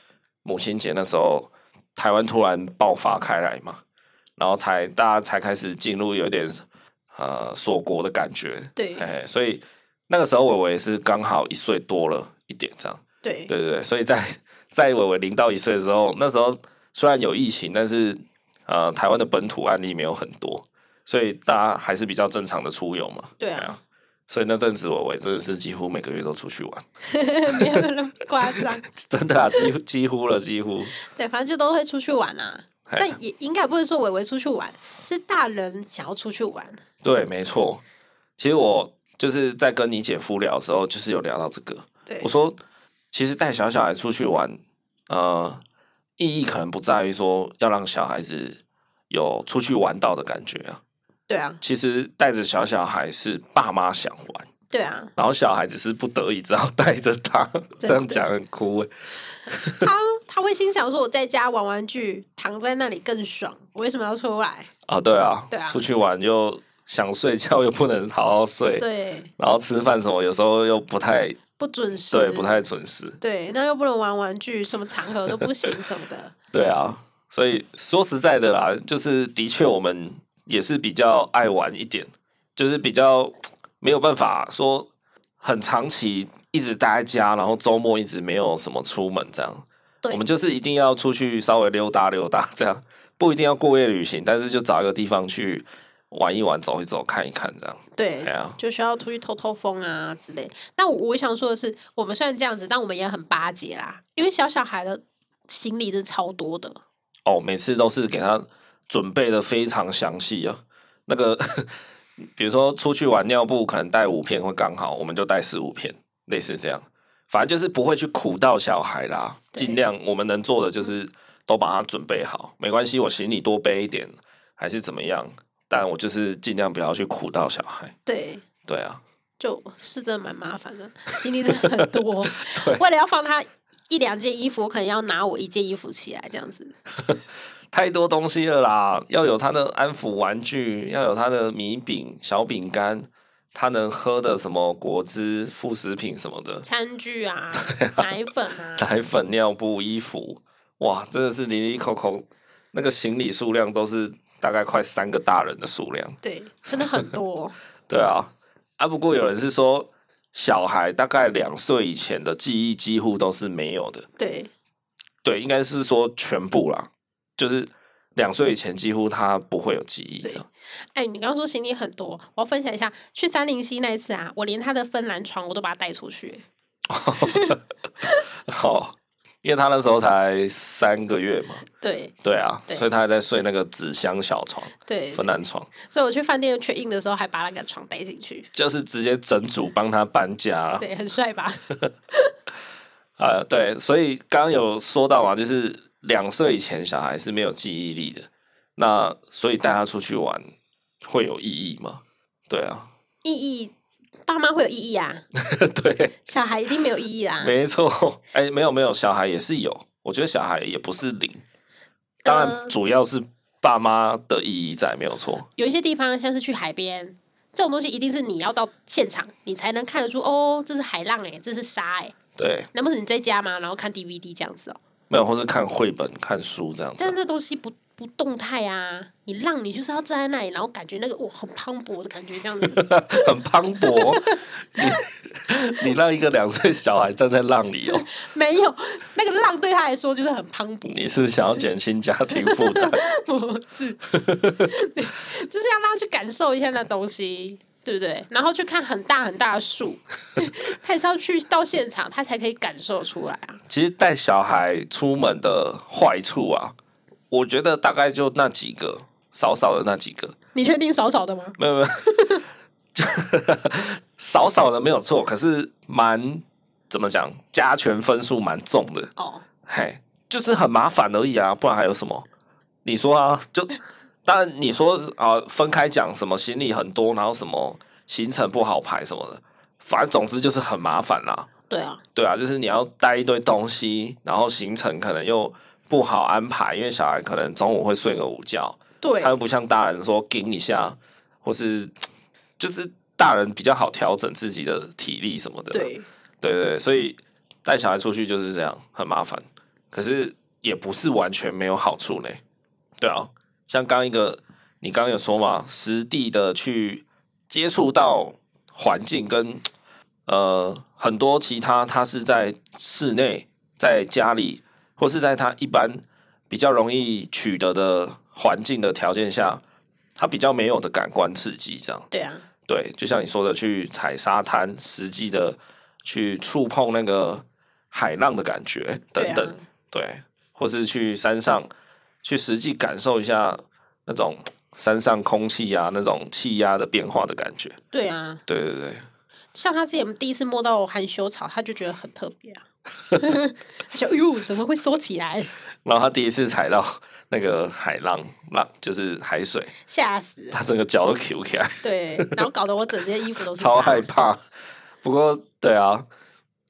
[SPEAKER 1] 母亲节那时候，台湾突然爆发开来嘛，然后才大家才开始进入有点呃锁国的感觉，
[SPEAKER 2] 对
[SPEAKER 1] 哎，所以那个时候伟伟是刚好一岁多了一点这样，
[SPEAKER 2] 对
[SPEAKER 1] 对对对，所以在在伟伟零到一岁的时候，那时候虽然有疫情，但是呃台湾的本土案例没有很多，所以大家还是比较正常的出游嘛，
[SPEAKER 2] 对啊
[SPEAKER 1] 哎呀所以那阵子伟伟真的是几乎每个月都出去玩。
[SPEAKER 2] 没有那么夸张，
[SPEAKER 1] 真的啊，几乎几乎了，几乎。
[SPEAKER 2] 对，反正就都会出去玩 啊。
[SPEAKER 1] 嘿
[SPEAKER 2] 但也应该不是说伟伟出去玩，是大人想要出去玩。
[SPEAKER 1] 对，没错。其实我就是在跟你姐夫聊的时候，就是有聊到这个。
[SPEAKER 2] 对
[SPEAKER 1] 我，说，其实带小小孩出去玩，呃，意义可能不在于说要让小孩子有出去玩到的感觉啊。
[SPEAKER 2] 对啊，
[SPEAKER 1] 其实带着小小孩是爸妈想玩，
[SPEAKER 2] 对啊，
[SPEAKER 1] 然后小孩只是不得已只好带着他。这样讲很哭欸
[SPEAKER 2] 他他会心想说：“我在家玩玩具，躺在那里更爽，我为什么要出来
[SPEAKER 1] 啊，对啊，
[SPEAKER 2] 对啊
[SPEAKER 1] 出去玩又想睡觉又不能好好？”睡，
[SPEAKER 2] 对，
[SPEAKER 1] 然后吃饭什么有时候又不太
[SPEAKER 2] 不准时，
[SPEAKER 1] 对，不太准时。
[SPEAKER 2] 对，那又不能玩玩具，什么场合都不行什么的。
[SPEAKER 1] 对啊，所以说实在的啦，就是的确我们也是比较爱玩一点，就是比较没有办法说很长期一直待在家，然后周末一直没有什么出门这样。
[SPEAKER 2] 对
[SPEAKER 1] 我们就是一定要出去稍微溜达溜达，这样不一定要过夜旅行，但是就找一个地方去玩一玩、走一走、看一看，这样。
[SPEAKER 2] 对
[SPEAKER 1] 哎，呀，
[SPEAKER 2] 就需要出去透透风啊之类。但我我想说的是，我们虽然这样子，但我们也很巴结啦，因为小小孩的行李是超多的。
[SPEAKER 1] 哦，每次都是给他准备的非常详细啊。那个，比如说出去玩尿布，可能带五片会刚好，我们就带十五片，类似这样。反正就是不会去苦到小孩啦，
[SPEAKER 2] 对
[SPEAKER 1] 尽量我们能做的就是都把它准备好，没关系，我行李多背一点还是怎么样，但我就是尽量不要去苦到小孩。
[SPEAKER 2] 对，
[SPEAKER 1] 对啊，
[SPEAKER 2] 就是真的蛮麻烦的，行李真的很多
[SPEAKER 1] 对。
[SPEAKER 2] 为了要放他一两件衣服，我可能要拿我一件衣服起来这样子。
[SPEAKER 1] 太多东西了啦，要有他的安抚玩具，要有他的米饼、小饼干，他能喝的什么果汁、副食品什么的，
[SPEAKER 2] 餐具 啊，奶粉啊，
[SPEAKER 1] 奶粉、尿布、衣服，哇，真的是零零扣扣，那个行李数量都是大概快三个大人的数量。
[SPEAKER 2] 对，真的很多。
[SPEAKER 1] 对啊，啊，不过有人是说，小孩大概两岁以前的记忆几乎都是没有的，
[SPEAKER 2] 对，
[SPEAKER 1] 对，应该是说全部啦，就是两岁以前几乎他不会有记忆这
[SPEAKER 2] 对
[SPEAKER 1] 样。
[SPEAKER 2] 哎，你刚刚说行李很多，我要分享一下，去三零七那一次啊，我连他的芬兰床我都把它带出去。
[SPEAKER 1] 哦，因为他那时候才三个月嘛，
[SPEAKER 2] 对
[SPEAKER 1] 对啊，
[SPEAKER 2] 对
[SPEAKER 1] 所以他还在睡那个纸箱小床、
[SPEAKER 2] 对，
[SPEAKER 1] 芬兰床，
[SPEAKER 2] 所以我去饭店 check in 的时候，还把那个床带进去，
[SPEAKER 1] 就是直接整组帮他搬家。
[SPEAKER 2] 对，很帅吧？
[SPEAKER 1] 啊，对，所以刚刚有说到嘛，就是两岁以前小孩是没有记忆力的，那所以带他出去玩会有意义吗？对啊，
[SPEAKER 2] 意义，爸妈会有意义啊，
[SPEAKER 1] 对，
[SPEAKER 2] 小孩一定没有意义啦。
[SPEAKER 1] 没错。哎、没有没有，小孩也是有，我觉得小孩也不是零，当然
[SPEAKER 2] 呃
[SPEAKER 1] 主要是爸妈的意义在，没有错。
[SPEAKER 2] 有一些地方像是去海边，这种东西一定是你要到现场，你才能看得出哦，这是海浪哎、这是沙哎、
[SPEAKER 1] 对，
[SPEAKER 2] 难不成你在家吗？然后看 DVD 这样子哦、
[SPEAKER 1] 没有，或是看绘本、看书这样子
[SPEAKER 2] 但
[SPEAKER 1] 啊。
[SPEAKER 2] 这东西不不动态啊，你浪你就是要站在那里，然后感觉那个哇很磅礴的感觉这样子，
[SPEAKER 1] 很磅礴。你你让一个两岁小孩站在浪里哦，
[SPEAKER 2] 没有那个浪对他来说就是很磅礴。
[SPEAKER 1] 你是想要减轻家庭负担？
[SPEAKER 2] 不 是，对就是要让他去感受一下那东西，对不对？然后去看很大很大的树， 他也是要去到现场，他才可以感受出来啊。
[SPEAKER 1] 其实带小孩出门的坏处啊，我觉得大概就那几个，少少的那几个，
[SPEAKER 2] 你确定少少的吗？
[SPEAKER 1] 没有没有， 就 少少的没有错，可是蛮怎么讲，加权分数蛮重的。
[SPEAKER 2] 哦，
[SPEAKER 1] 嘿，就是很麻烦而已啊，不然还有什么？你说啊，就当然你说啊，分开讲什么行李很多，然后什么行程不好排什么的，反正总之就是很麻烦啦。
[SPEAKER 2] 对啊，
[SPEAKER 1] 对啊，就是你要带一堆东西，然后行程可能又不好安排，因为小孩可能中午会睡个午觉，
[SPEAKER 2] 对
[SPEAKER 1] 他又不像大人说盯一下，或是就是大人比较好调整自己的体力什么的。
[SPEAKER 2] 对，
[SPEAKER 1] 对对，对所以带小孩出去就是这样，很麻烦。可是也不是完全没有好处呢。对啊，像刚一个你刚刚有说嘛，实地的去接触到环境跟呃很多其他，他是在室内、在家里或是在他一般比较容易取得的环境的条件下，他比较没有的感官刺激这样。
[SPEAKER 2] 对啊，
[SPEAKER 1] 对，就像你说的，去踩沙滩，实际的去触碰那个海浪的感觉等
[SPEAKER 2] 对啊
[SPEAKER 1] 等，对或是去山上去实际感受一下那种山上空气啊，那种气压的变化的感觉。
[SPEAKER 2] 对啊。
[SPEAKER 1] 对对对，
[SPEAKER 2] 像他之前第一次摸到含羞草，他就觉得很特 别啊，他说：“哎呦，怎么会收起来？
[SPEAKER 1] 然后他第一次踩到那个海浪，浪就是海水，
[SPEAKER 2] 吓死了
[SPEAKER 1] 他整个脚都翘起来。！”
[SPEAKER 2] 对，然后搞得我整件衣服都是
[SPEAKER 1] 超
[SPEAKER 2] 沙
[SPEAKER 1] 害怕。 不过，对啊，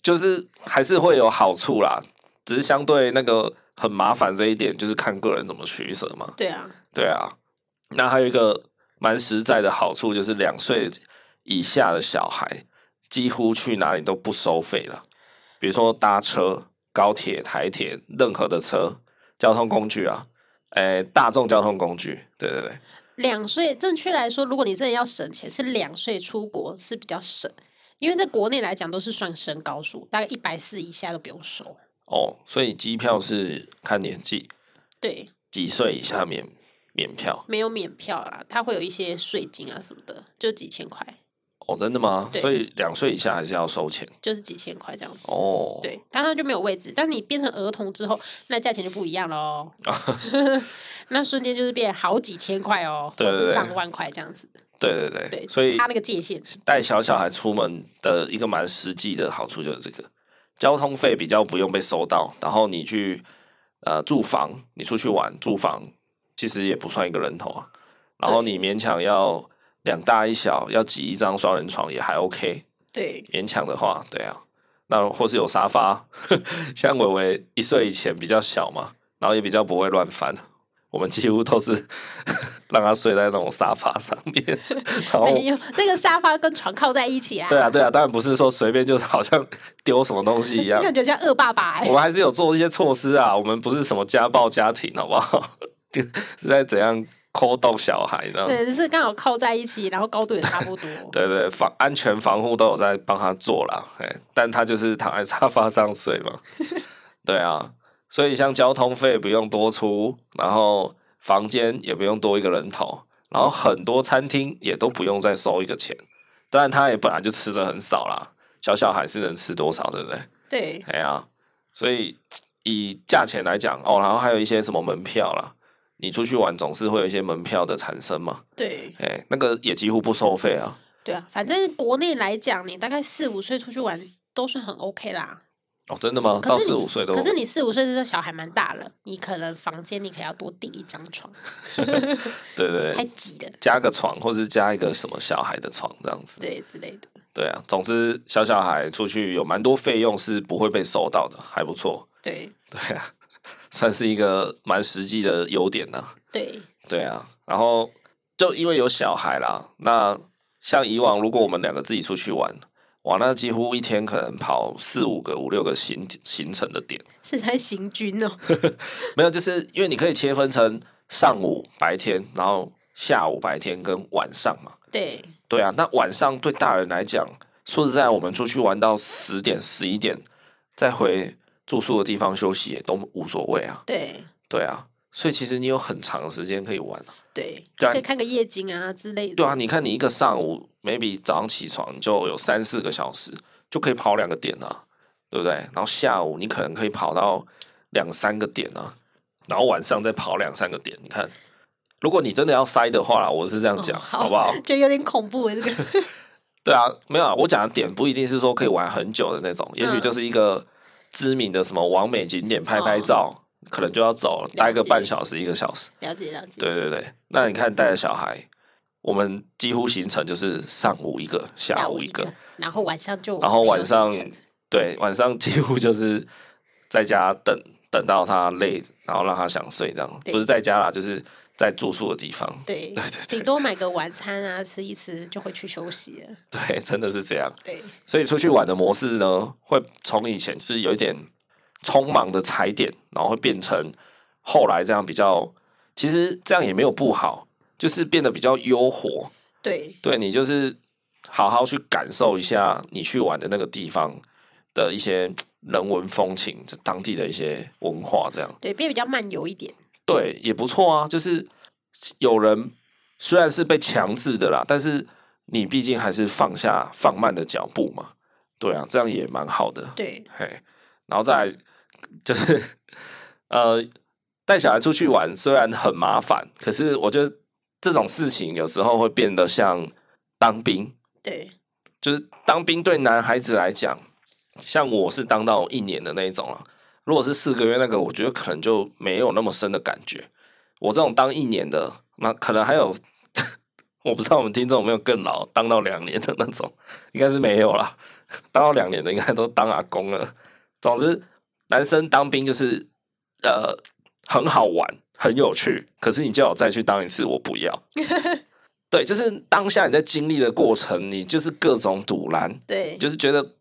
[SPEAKER 1] 就是还是会有好处啦，只是相对那个很麻烦这一点，就是看个人怎么取舍嘛。
[SPEAKER 2] 对啊，
[SPEAKER 1] 对啊，那还有一个蛮实在的好处，就是两岁以下的小孩几乎去哪里都不收费了，比如说搭车、高铁、台铁，任何的车交通工具啊，诶、大众交通工具，对对对。
[SPEAKER 2] 两岁，正确来说，如果你真的要省钱，是两岁出国是比较省，因为在国内来讲都是算身高数，大概一百四以下都不用收。
[SPEAKER 1] 哦，所以机票是看年纪，
[SPEAKER 2] 对，
[SPEAKER 1] 几岁以下免免票。
[SPEAKER 2] 没有免票啦，它会有一些税金啊什么的，就几千块，
[SPEAKER 1] 哦，真的吗？
[SPEAKER 2] 对
[SPEAKER 1] 所以两岁以下还是要收钱
[SPEAKER 2] 就是几千块这样子。
[SPEAKER 1] 哦。，
[SPEAKER 2] 对，但它就没有位置。但你变成儿童之后，那价钱就不一样喽。 那瞬间就是变好几千块哦，
[SPEAKER 1] 哦对
[SPEAKER 2] 或
[SPEAKER 1] 对
[SPEAKER 2] 是
[SPEAKER 1] 对
[SPEAKER 2] 上万块这样子。
[SPEAKER 1] 对对对，
[SPEAKER 2] 对，
[SPEAKER 1] 所以
[SPEAKER 2] 差那个界限。
[SPEAKER 1] 带小小孩出门的一个蛮实际的好处就是这个，交通费比较不用被收到，然后你去呃住房，你出去玩住房其实也不算一个人头啊，然后你勉强要两大一小要挤一张双人床也还 OK，
[SPEAKER 2] 对，
[SPEAKER 1] 勉强的话，对啊，那或是有沙发， 像伟伟一岁以前比较小嘛，然后也比较不会乱翻。我们几乎都是 让他睡在那种沙发上面，然后
[SPEAKER 2] 没有那个沙发跟床靠在一起啊。
[SPEAKER 1] 对啊，对啊，当然不是说随便就是好像丢什么东西一样，
[SPEAKER 2] 感觉像恶爸 爸、
[SPEAKER 1] 我
[SPEAKER 2] 欸。
[SPEAKER 1] 们还是有做一些措施啊。我们不是什么家暴家庭，好不好？ 是在怎样抠动小孩呢？
[SPEAKER 2] 对，就是刚好靠在一起，然后高度也差不多。
[SPEAKER 1] 对对，防安全防护都有在帮他做啦，哎，但他就是躺在沙发上睡嘛。对啊，所以像交通费不用多出，然后房间也不用多一个人头，然后很多餐厅也都不用再收一个钱。当然，他也本来就吃的很少啦，小小孩是能吃多少，对不对？
[SPEAKER 2] 对
[SPEAKER 1] 哎呀，所以以价钱来讲哦，然后还有一些什么门票啦，你出去玩总是会有一些门票的产生嘛，
[SPEAKER 2] 对
[SPEAKER 1] 哎，那个也几乎不收费啊。
[SPEAKER 2] 对啊，反正国内来讲，你大概四五岁出去玩都算很 OK 啦。
[SPEAKER 1] 哦，真的吗？
[SPEAKER 2] 可
[SPEAKER 1] 到
[SPEAKER 2] 是
[SPEAKER 1] 四
[SPEAKER 2] 你
[SPEAKER 1] 五岁都
[SPEAKER 2] 可是你四五岁这个小孩蛮大了，你可能房间你可要多订一张床，
[SPEAKER 1] 对对
[SPEAKER 2] 太
[SPEAKER 1] 对，
[SPEAKER 2] 挤了，
[SPEAKER 1] 加个床或是加一个什么小孩的床这样子。
[SPEAKER 2] 对之类的。
[SPEAKER 1] 对啊，总之小小孩出去有蛮多费用是不会被收到的，还不错。
[SPEAKER 2] 对
[SPEAKER 1] 对啊，算是一个蛮实际的优点呢、
[SPEAKER 2] 对
[SPEAKER 1] 对啊，然后就因为有小孩啦，那像以往如果我们两个自己出去玩，哇，那几乎一天可能跑四五个、五六个行行程的点，
[SPEAKER 2] 是在行军哦。
[SPEAKER 1] 没有，就是因为你可以切分成上午、白天，然后下午、白天跟晚上嘛。
[SPEAKER 2] 对
[SPEAKER 1] 对啊，那晚上对大人来讲，说实在，我们出去玩到十点、十一点，再回住宿的地方休息也都无所谓啊。
[SPEAKER 2] 对
[SPEAKER 1] 对啊，所以其实你有很长的时间可以玩啊。
[SPEAKER 2] 对，
[SPEAKER 1] 对啊
[SPEAKER 2] 可以看个夜景啊之类的。
[SPEAKER 1] 对啊，你看你一个上午，maybe 早上起床就有三四个小时，就可以跑两个点啊，对不对？然后下午你可能可以跑到两三个点啊，然后晚上再跑两三个点。你看，如果你真的要塞的话啦，我是这样
[SPEAKER 2] 哦
[SPEAKER 1] 讲，
[SPEAKER 2] 好
[SPEAKER 1] 好不好？
[SPEAKER 2] 就有点恐怖欸了，这个
[SPEAKER 1] 对啊，没有啊，我讲的点不一定是说可以玩很久的那种，也许
[SPEAKER 2] 嗯
[SPEAKER 1] 就是一个知名的什么完美景点拍拍
[SPEAKER 2] 哦
[SPEAKER 1] 照，可能就要走了
[SPEAKER 2] 了
[SPEAKER 1] 待个半
[SPEAKER 2] 解
[SPEAKER 1] 小时一个小时。
[SPEAKER 2] 了解了解。
[SPEAKER 1] 对对对，那你看带着小孩，我们几乎行程就是上午一个，下午一个，，
[SPEAKER 2] 然后晚上就
[SPEAKER 1] 然后
[SPEAKER 2] 没有
[SPEAKER 1] 晚上
[SPEAKER 2] 行程
[SPEAKER 1] 对，晚上几乎就是在家等等到他累，然后让他想睡，这样
[SPEAKER 2] 对
[SPEAKER 1] 不是在家啦，就是在住宿的地方。
[SPEAKER 2] 对
[SPEAKER 1] 对对
[SPEAKER 2] 顶多买个晚餐啊，吃一吃就回去休息了。
[SPEAKER 1] 对，真的是这样。
[SPEAKER 2] 对
[SPEAKER 1] 所以出去玩的模式呢，会从以前是有一点匆忙的踩点，然后会变成后来这样比较，其实这样也没有不好，就是变得比较悠活。
[SPEAKER 2] 对
[SPEAKER 1] 对你就是好好去感受一下你去玩的那个地方的一些人文风情，就当地的一些文化，这样
[SPEAKER 2] 对，变比较漫游一点。
[SPEAKER 1] 对也不错啊。就是有人虽然是被强制的啦，但是你毕竟还是放下放慢的脚步嘛，对啊，这样也蛮好的。
[SPEAKER 2] 对
[SPEAKER 1] 嘿，然后再来就是呃，带小孩出去玩虽然很麻烦，可是我觉得这种事情有时候会变得像当兵，
[SPEAKER 2] 对
[SPEAKER 1] 就是当兵对男孩子来讲，像我是当到一年的那一种啊。如果是四个月那个，我觉得可能就没有那么深的感觉。我这种当一年的，那可能还有， 我不知道我们听众有没有更老，当到两年的那种，应该是没有啦。当到两年的应该都当阿公了。总之，男生当兵就是呃很好玩，很有趣。可是你叫我再去当一次，我不要。对，就是当下你在经历的过程，你就是各种堵拦，
[SPEAKER 2] 对
[SPEAKER 1] 就是觉得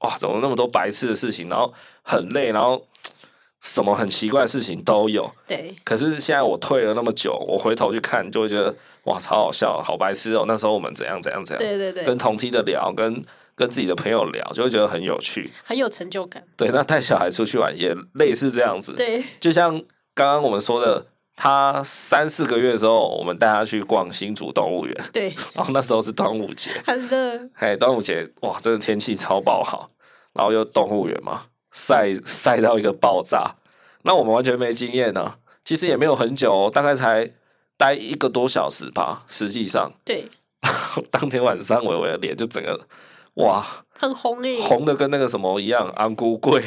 [SPEAKER 1] 哇，怎么那么多白痴的事情，然后很累，然后什么很奇怪的事情都有。
[SPEAKER 2] 对
[SPEAKER 1] 可是现在我退了那么久，我回头去看，就会觉得哇，超好笑，好白痴哦！那时候我们怎样怎样怎样，
[SPEAKER 2] 对对对
[SPEAKER 1] 跟同梯的聊，跟跟自己的朋友聊，就会觉得很有趣。
[SPEAKER 2] 很有成就感。
[SPEAKER 1] 对，那带小孩出去玩也类似这样子。
[SPEAKER 2] 对，
[SPEAKER 1] 就像刚刚我们说的，他三四个月的时候，我们带他去逛新竹动物园，
[SPEAKER 2] 对，
[SPEAKER 1] 然后那时候是端午节，
[SPEAKER 2] 很热，
[SPEAKER 1] 嘿，端午节哇，真的天气超爆好，然后又动物园嘛，晒 晒到一个爆炸，那我们完全没经验呢、啊其实也没有很久、哦，大概才待一个多小时吧，实际上，
[SPEAKER 2] 对，
[SPEAKER 1] 当天晚上伟伟的脸就整个哇
[SPEAKER 2] 很红欸诶、
[SPEAKER 1] 红的跟那个什么一样，安菇贵，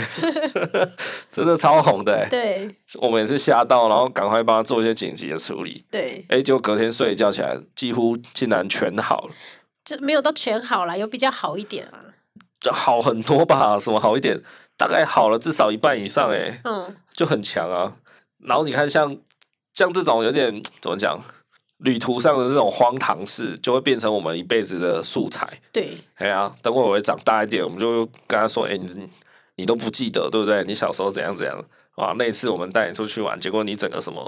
[SPEAKER 1] 真的超红的、欸，
[SPEAKER 2] 对
[SPEAKER 1] 我们也是吓到，然后赶快帮他做一些紧急的处理。
[SPEAKER 2] 对，
[SPEAKER 1] 哎，结果隔天睡一觉起来，几乎竟然全好了，
[SPEAKER 2] 就没有到全好啦，有比较好一点啊。
[SPEAKER 1] 就好很多吧？什么好一点？大概好了至少一半以上、欸，哎，
[SPEAKER 2] 嗯，
[SPEAKER 1] 就很强啊。然后你看像，像这种有点怎么讲，旅途上的这种荒唐事，就会变成我们一辈子的素材。
[SPEAKER 2] 对
[SPEAKER 1] 哎呀，等我会长大一点，我们就跟他说，哎、你你都不记得，对不对？你小时候怎样怎样啊？那一次我们带你出去玩，结果你整个什么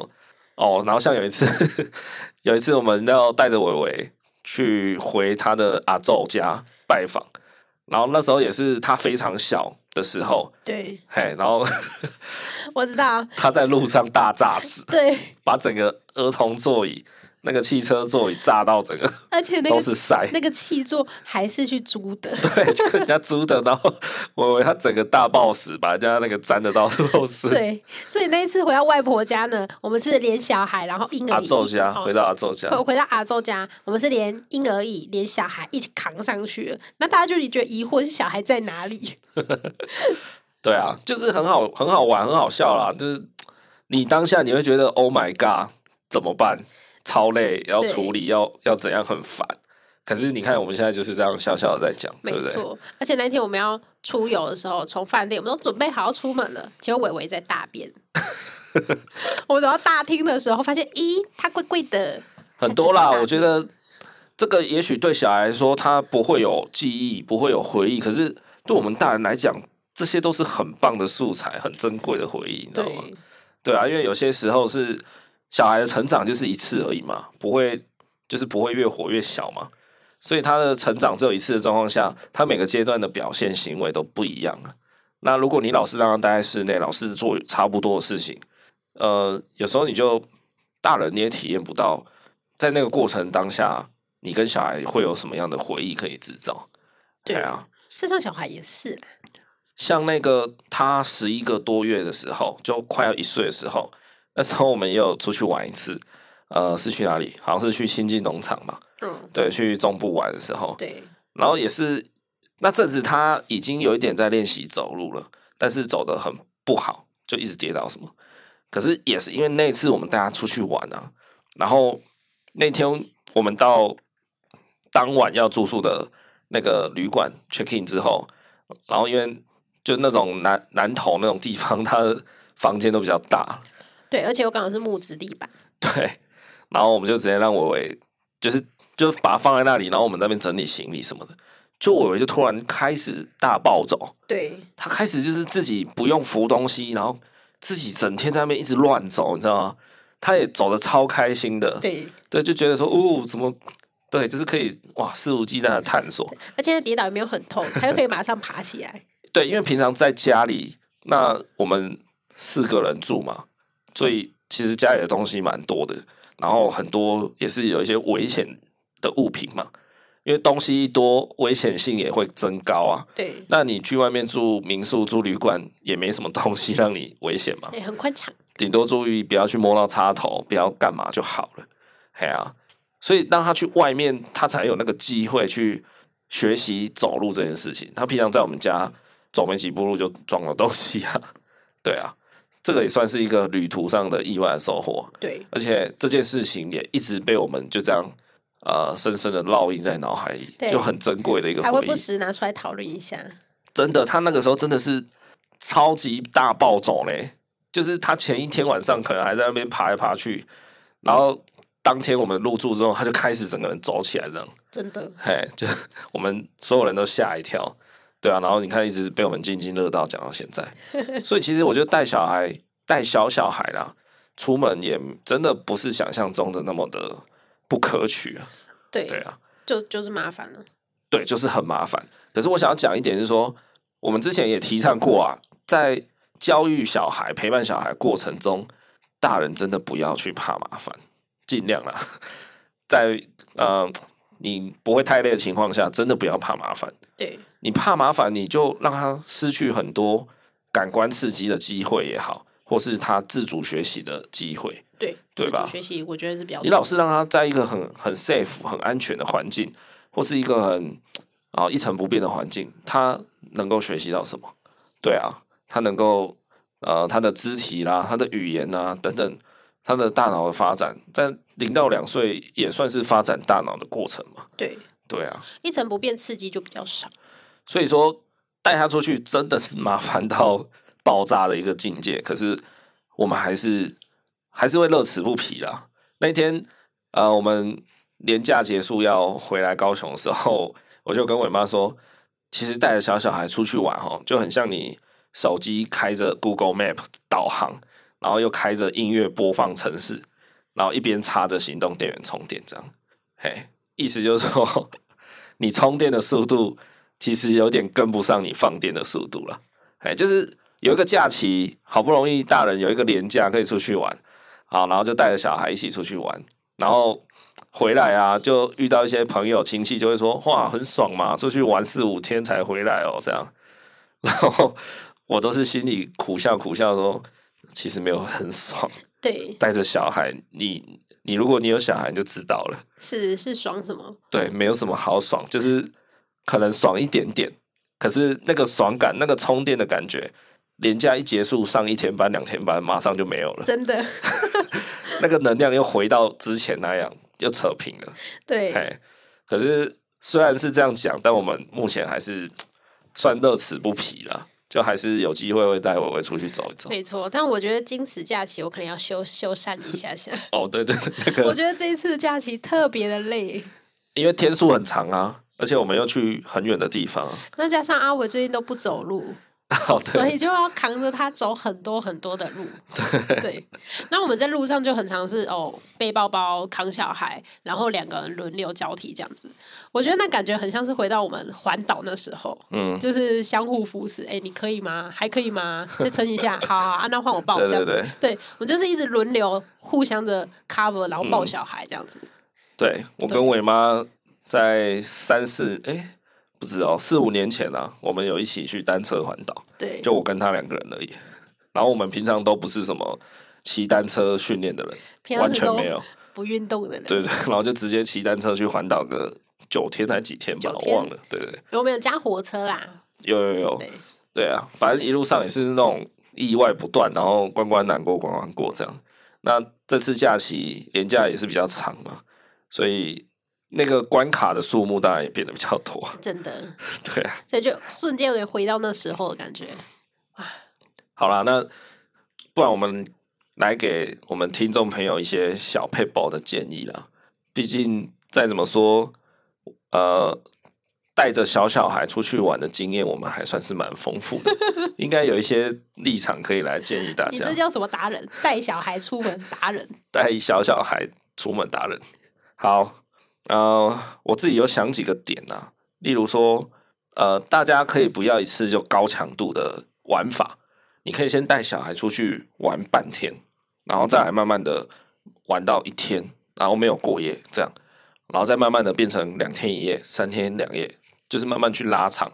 [SPEAKER 1] 哦？然后像有一次， 有一次我们要带着伟伟去回他的阿昼家拜访，然后那时候也是他非常小的时候，
[SPEAKER 2] 对，
[SPEAKER 1] 嘿，然后
[SPEAKER 2] 我知道，
[SPEAKER 1] 他在路上大炸死，
[SPEAKER 2] 对，
[SPEAKER 1] 把整个儿童座椅那个汽车座椅炸到整个
[SPEAKER 2] 而且那
[SPEAKER 1] 都
[SPEAKER 2] 个
[SPEAKER 1] 是塞。
[SPEAKER 2] 那个气座还是去租的，
[SPEAKER 1] 对，就跟人家租的，然后我以为他整个大暴死，把人家那个粘的到处都 是。
[SPEAKER 2] 对，所以那一次回到外婆家呢，我们是连小孩，然后婴
[SPEAKER 1] 阿
[SPEAKER 2] 儿椅
[SPEAKER 1] 昼家
[SPEAKER 2] 哦
[SPEAKER 1] 回到阿昼家，
[SPEAKER 2] 回回到阿周家，我们是连婴儿椅、连小孩一起扛上去了。那大家就觉得疑惑是小孩在哪里？
[SPEAKER 1] 对啊，就是很好，很好玩，很好笑啦。就是你当下你会觉得 Oh my God，怎么办？超累，要
[SPEAKER 2] 对
[SPEAKER 1] 处理，要要怎样，很烦。可是你看我们现在就是这样笑笑的在讲，
[SPEAKER 2] 没
[SPEAKER 1] 对不对？
[SPEAKER 2] 错，而且那天我们要出游的时候，从饭店我们都准备好要出门了，结果伟伟在大 便。我们走到大厅的时候，发现咦，他贵贵的，
[SPEAKER 1] 很多 啦，
[SPEAKER 2] 很大
[SPEAKER 1] 我觉得这个也许对小孩来说他不会有记忆，不会有回忆，可是对我们大人来讲，这些都是很棒的素材，很珍贵的回忆，你知道吗？
[SPEAKER 2] 对
[SPEAKER 1] 对啊，因为有些时候是小孩的成长就是一次而已嘛，不会就是不会越活越小嘛，所以他的成长只有一次的状况下，他每个阶段的表现行为都不一样啊。那如果你老是让他待在室内，老是做差不多的事情，呃，有时候你就大人你也体验不到，在那个过程当下，你跟小孩会有什么样的回忆可以制造？
[SPEAKER 2] 对
[SPEAKER 1] 哎啊，
[SPEAKER 2] 事实上小孩也是啦，
[SPEAKER 1] 像那个他十一个多月的时候，就快要一岁的时候，那时候我们也有出去玩一次，呃，是去哪里？好像是去新进农场嘛，
[SPEAKER 2] 嗯，
[SPEAKER 1] 对，去中部玩的时候，
[SPEAKER 2] 对
[SPEAKER 1] 然后也是那阵子他已经有一点在练习走路了，但是走的很不好，就一直跌倒什么。可是也是因为那次我们带他出去玩啊，然后那天我们到当晚要住宿的那个旅馆 check in 之后，然后因为就那种南南头那种地方， 他的房间都比较大，
[SPEAKER 2] 对，而且我刚好是木质地板，
[SPEAKER 1] 对，然后我们就直接让伟伟，就是就把它放在那里，然后我们在那边整理行李什么的。就伟伟就突然开始大暴走，
[SPEAKER 2] 对
[SPEAKER 1] 他开始就是自己不用扶东西，然后自己整天在那边一直乱走，你知道吗？他也走的超开心的，
[SPEAKER 2] 对，
[SPEAKER 1] 对，就觉得说，哦，怎么，对，就是可以哇，肆无忌惮的探索。
[SPEAKER 2] 而且跌倒也没有很痛，他又可以马上爬起来，
[SPEAKER 1] 对，因为平常在家里，那我们四个人住嘛，所以其实家里的东西蛮多的，然后很多也是有一些危险的物品嘛，因为东西一多，危险性也会增高啊。
[SPEAKER 2] 对，
[SPEAKER 1] 那你去外面住民宿、住旅馆，也没什么东西让你危险嘛，
[SPEAKER 2] 对，很宽敞，
[SPEAKER 1] 顶多注意不要去摸到插头，不要干嘛就好了。嘿啊，所以让他去外面，他才有那个机会去学习走路这件事情。他平常在我们家走没几步路就撞了东西啊， 对啊，这个也算是一个旅途上的意外的收获。
[SPEAKER 2] 对
[SPEAKER 1] 而且这件事情也一直被我们就这样呃深深的烙印在脑海里，
[SPEAKER 2] 对
[SPEAKER 1] 就很珍贵的一个
[SPEAKER 2] 还会
[SPEAKER 1] 回忆
[SPEAKER 2] 不。时拿出来讨论一下，
[SPEAKER 1] 真的，他那个时候真的是超级大暴走嘞，就是他前一天晚上可能还在那边爬来爬去，然后当天我们入住之后，他就开始整个人走起来这样，
[SPEAKER 2] 真的，
[SPEAKER 1] 嘿，就 我们所有人都吓一跳，对啊，然后你看一直被我们津津乐道讲到现在，所以其实我觉得带小孩带小小孩啦，出门也真的不是想象中的那么的不可取啊，
[SPEAKER 2] 对，
[SPEAKER 1] 对啊，
[SPEAKER 2] 就就是麻烦了，
[SPEAKER 1] 对，就是很麻烦。可是我想要讲一点是说，我们之前也提倡过啊，在教育小孩、陪伴小孩过程中，大人真的不要去怕麻烦，尽量啦，在呃你不会太累的情况下，真的不要怕麻烦。
[SPEAKER 2] 对，
[SPEAKER 1] 你怕麻烦，你就让他失去很多感官刺激的机会也好，或是他自主学习的机会。
[SPEAKER 2] 对，
[SPEAKER 1] 对
[SPEAKER 2] 自主
[SPEAKER 1] 吧
[SPEAKER 2] 学习我觉得是比较
[SPEAKER 1] 你老是让他在一个很很 safe、很安全的环境，或是一个很啊、一成不变的环境，他能够学习到什么？对啊，他能够呃他的肢体啦、他的语言啦等等，他的大脑的发展，在零到两岁也算是发展大脑的过程嘛。
[SPEAKER 2] 对
[SPEAKER 1] 对啊，
[SPEAKER 2] 一成不变，刺激就比较少。
[SPEAKER 1] 所以说带他出去真的是麻烦到爆炸的一个境界。可是我们还是还是会乐此不疲啦。那天呃，我们年假结束要回来高雄的时候，我就跟伟妈说，其实带着小小孩出去玩哦，就很像你手机开着 Google Map 导航，然后又开着音乐播放程式，然后一边插着行动电源充电这样。嘿，意思就是说，你充电的速度其实有点跟不上你放电的速度了。哎，就是有一个假期，好不容易大人有一个年假可以出去玩，好，然后就带着小孩一起出去玩，然后回来啊，就遇到一些朋友亲戚就会说，哇，很爽嘛，出去玩四五天才回来哦，这样。 然后我都是心里苦笑苦笑说，其实没有很爽，
[SPEAKER 2] 对，
[SPEAKER 1] 带着小孩，你你如果你有小孩你就知道了。
[SPEAKER 2] 是是爽什么？
[SPEAKER 1] 对，没有什么好爽，就是可能爽一点点，可是那个爽感、那个充电的感觉，连假一结束，上一天班、两天班，马上就没有了，
[SPEAKER 2] 真 的，
[SPEAKER 1] 那个能量又回到之前那样，又扯平了。
[SPEAKER 2] 对
[SPEAKER 1] 哎，可是虽然是这样讲，但我们目前还是算乐此不疲了，就还是有机会会带伟伟出去走一走。
[SPEAKER 2] 没错。但我觉得今此假期我可能要修修缮一下下。
[SPEAKER 1] 哦，对对对，那
[SPEAKER 2] 我
[SPEAKER 1] 个
[SPEAKER 2] 觉得这一次假期特别的累，
[SPEAKER 1] 因为天数很长啊，而且我们又去很远的地方啊。
[SPEAKER 2] 那加上阿伟最近都不走路，
[SPEAKER 1] 哦，
[SPEAKER 2] 所
[SPEAKER 1] 对，
[SPEAKER 2] 以就要扛着他走很多很多的路。对，那我们在路上就很常是哦背包包扛小孩，然后两个人轮流交替这样子。我觉得那感觉很像是回到我们环岛那时候，
[SPEAKER 1] 嗯，
[SPEAKER 2] 就是相互扶持。哎、你可以吗？还可以吗？再撑一下，好好，啊、那换我抱
[SPEAKER 1] 对
[SPEAKER 2] 这样
[SPEAKER 1] 对
[SPEAKER 2] 子。
[SPEAKER 1] 对。
[SPEAKER 2] 对，我们就是一直轮流互相的 cover，然后抱小孩这样子。
[SPEAKER 1] 对我
[SPEAKER 2] 对
[SPEAKER 1] 跟伟妈在三四哎、不知道四五年前啊，我们有一起去单车环岛，
[SPEAKER 2] 对，
[SPEAKER 1] 就我跟她两个人而已。然后我们平常都不是什么骑单车训练的人，
[SPEAKER 2] 平
[SPEAKER 1] 完
[SPEAKER 2] 常是
[SPEAKER 1] 全
[SPEAKER 2] 都
[SPEAKER 1] 没有，
[SPEAKER 2] 不运动的人，
[SPEAKER 1] 对对， 然后就直接骑单车去环岛个九天还几天吧
[SPEAKER 2] 九，
[SPEAKER 1] 我
[SPEAKER 2] 天
[SPEAKER 1] 忘了，对对，
[SPEAKER 2] 有没有加火车啦？
[SPEAKER 1] 有有有，
[SPEAKER 2] 对
[SPEAKER 1] 对啊，反正一路上也是那种意外不断，然后关关难过关关过这样。那这次假期年假也是比较长嘛，所以那个关卡的数目当然也变得比较多。
[SPEAKER 2] 真的，
[SPEAKER 1] 对啊，
[SPEAKER 2] 所以就瞬间也回到那时候的感觉。
[SPEAKER 1] 好啦，那不然我们来给我们听众朋友一些小配宝的建议啦。毕竟再怎么说，呃，带着小小孩出去玩的经验，我们还算是蛮丰富 的，应该有一些立场可以来建议大
[SPEAKER 2] 你
[SPEAKER 1] 家。
[SPEAKER 2] 这叫什么达人？ 带小孩出门达人。
[SPEAKER 1] 带小小孩出门达人。好，呃，我自己有想几个点啊，例如说，呃，大家可以不要一次就高强度的玩法，你可以先带小孩出去玩半天，然后再来慢慢的玩到一天，然后没有过夜这样，然后再慢慢的变成两天一夜、三天两夜，就是慢慢去拉长，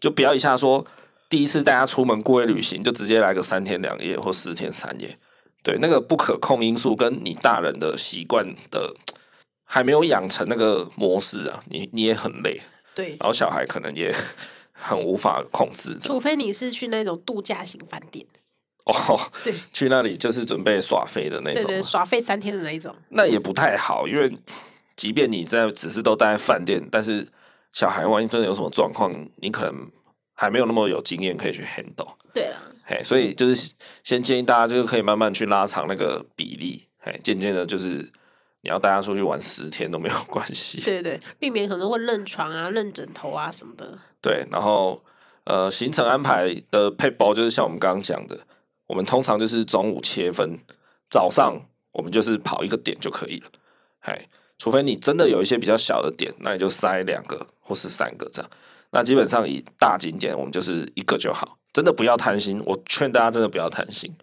[SPEAKER 1] 就不要一下说第一次带他出门过夜旅行就直接来个三天两夜或四天三夜，对，那个不可控因素跟你大人的习惯的还没有养成那个模式啊，你你也很累，
[SPEAKER 2] 对，
[SPEAKER 1] 然后小孩可能也 很无法控制这样。
[SPEAKER 2] 除非你是去那种度假型饭店，
[SPEAKER 1] 哦，
[SPEAKER 2] 对
[SPEAKER 1] 去那里就是准备耍飞的那
[SPEAKER 2] 对
[SPEAKER 1] 种
[SPEAKER 2] 对，
[SPEAKER 1] 啊，
[SPEAKER 2] 耍费三天的那一种。
[SPEAKER 1] 那也不太好，因为即便你在只是都待在饭店，但是小孩万一真的有什么状况，你可能还没有那么有经验可以去 handle。
[SPEAKER 2] 对啦，
[SPEAKER 1] 嘿，所以就是先建议大家就是可以慢慢去拉长那个比例，嘿，渐渐的就是你要带他出去玩十天都没有关系，
[SPEAKER 2] 对对，避免可能会认床啊、认枕头啊什么的。
[SPEAKER 1] 对，然后呃行程安排的配包就是像我们刚刚讲的，我们通常就是中午切分，早上我们就是跑一个点就可以了，嘿，除非你真的有一些比较小的点，那你就塞两个或是三个这样。那基本上以大景点，我们就是一个就好，真的不要贪心。我劝大家真的不要贪心，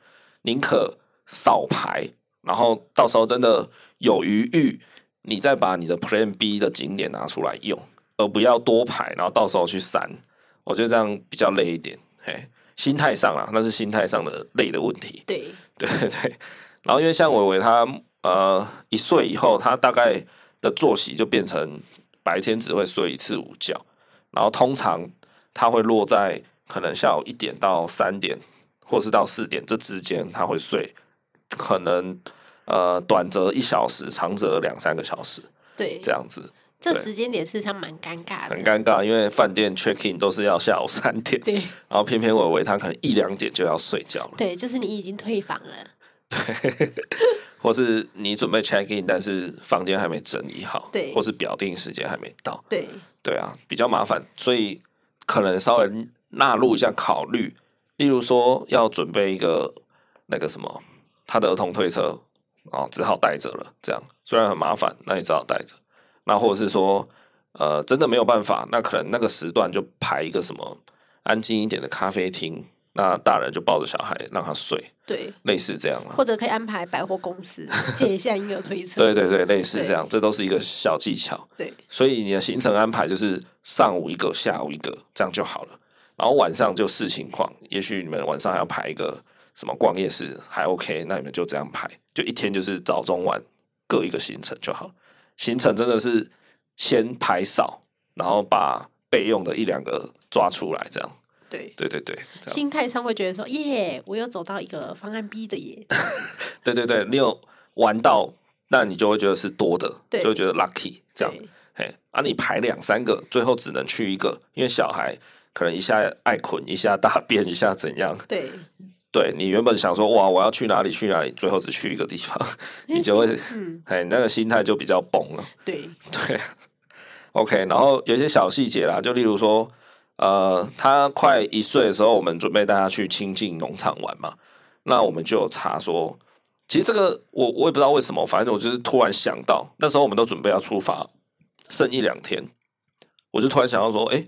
[SPEAKER 1] 宁可少排，然后到时候真的有余裕，你再把你的 Plan B 的景点拿出来用，而不要多排，然后到时候去删。我觉得这样比较累一点，嘿，心态上啦，那是心态上的累的问题。
[SPEAKER 2] 对，
[SPEAKER 1] 对对对。然后因为像伟伟他呃一岁以后，他大概的作息就变成白天只会睡一次午觉，然后通常他会落在可能下午一点到三点，或是到四点这之间他会睡，可能呃短则一小时，长则两三个小时
[SPEAKER 2] 对，
[SPEAKER 1] 这样子，
[SPEAKER 2] 这
[SPEAKER 1] 对
[SPEAKER 2] 时间点事实上蛮尴尬的，
[SPEAKER 1] 很尴尬，因为饭店 check in 都是要下午三点，
[SPEAKER 2] 对
[SPEAKER 1] 然后偏偏伟伟他可能一两点就要睡觉了。
[SPEAKER 2] 对，就是你已经退房了，
[SPEAKER 1] 或是你准备 check in，但是房间还没整理好，
[SPEAKER 2] 对
[SPEAKER 1] 或是表定时间还没到，
[SPEAKER 2] 对
[SPEAKER 1] 对啊，比较麻烦，所以可能稍微纳入一下考虑，例如说要准备一个那个什么，他的儿童推车哦，只好带着了，这样虽然很麻烦，那也只好带着，那或者是说，呃，真的没有办法，那可能那个时段就排一个什么安静一点的咖啡厅，那大人就抱着小孩让他睡，
[SPEAKER 2] 对，
[SPEAKER 1] 类似这样啊。
[SPEAKER 2] 或者可以安排百货 公司借一下婴儿推车，
[SPEAKER 1] 对对对，类似
[SPEAKER 2] 对
[SPEAKER 1] 这样，这都是一个小技巧。
[SPEAKER 2] 对
[SPEAKER 1] 所以你的行程安排就是上午一个，下午一个，这样就好了。然后晚上就视情况，也许你们晚上还要排一个什么逛夜市，还 OK，那你们就这样排，就一天就是早中晚各一个行程就好。行程真的是先排少，然后把备用的一两个抓出来，这样。
[SPEAKER 2] 对。
[SPEAKER 1] 对对对，这样。
[SPEAKER 2] 心态上会觉得说，耶，我又走到一个方案 B 的耶，
[SPEAKER 1] 对对对，你有玩到，那你就会觉得是多的，
[SPEAKER 2] 对
[SPEAKER 1] 就会觉得 lucky 这样。
[SPEAKER 2] 对
[SPEAKER 1] 哎，啊，你排两三个，最后只能去一个，因为小孩可能一下爱捆，一下大便，一下怎样？
[SPEAKER 2] 对，
[SPEAKER 1] 对你原本想说哇，我要去哪里去哪里，最后只去一个地方，你就会，
[SPEAKER 2] 嗯，
[SPEAKER 1] 哎，那个心态就比较崩了。
[SPEAKER 2] 对
[SPEAKER 1] 对，OK，然后有一些小细节啦，就例如说，呃，他快一岁的时候，我们准备带他去亲近农场玩嘛，那我们就有查说，其实这个我我也不知道为什么，反正我就是突然想到，那时候我们都准备要出发，剩一两天，我就突然想到说，哎、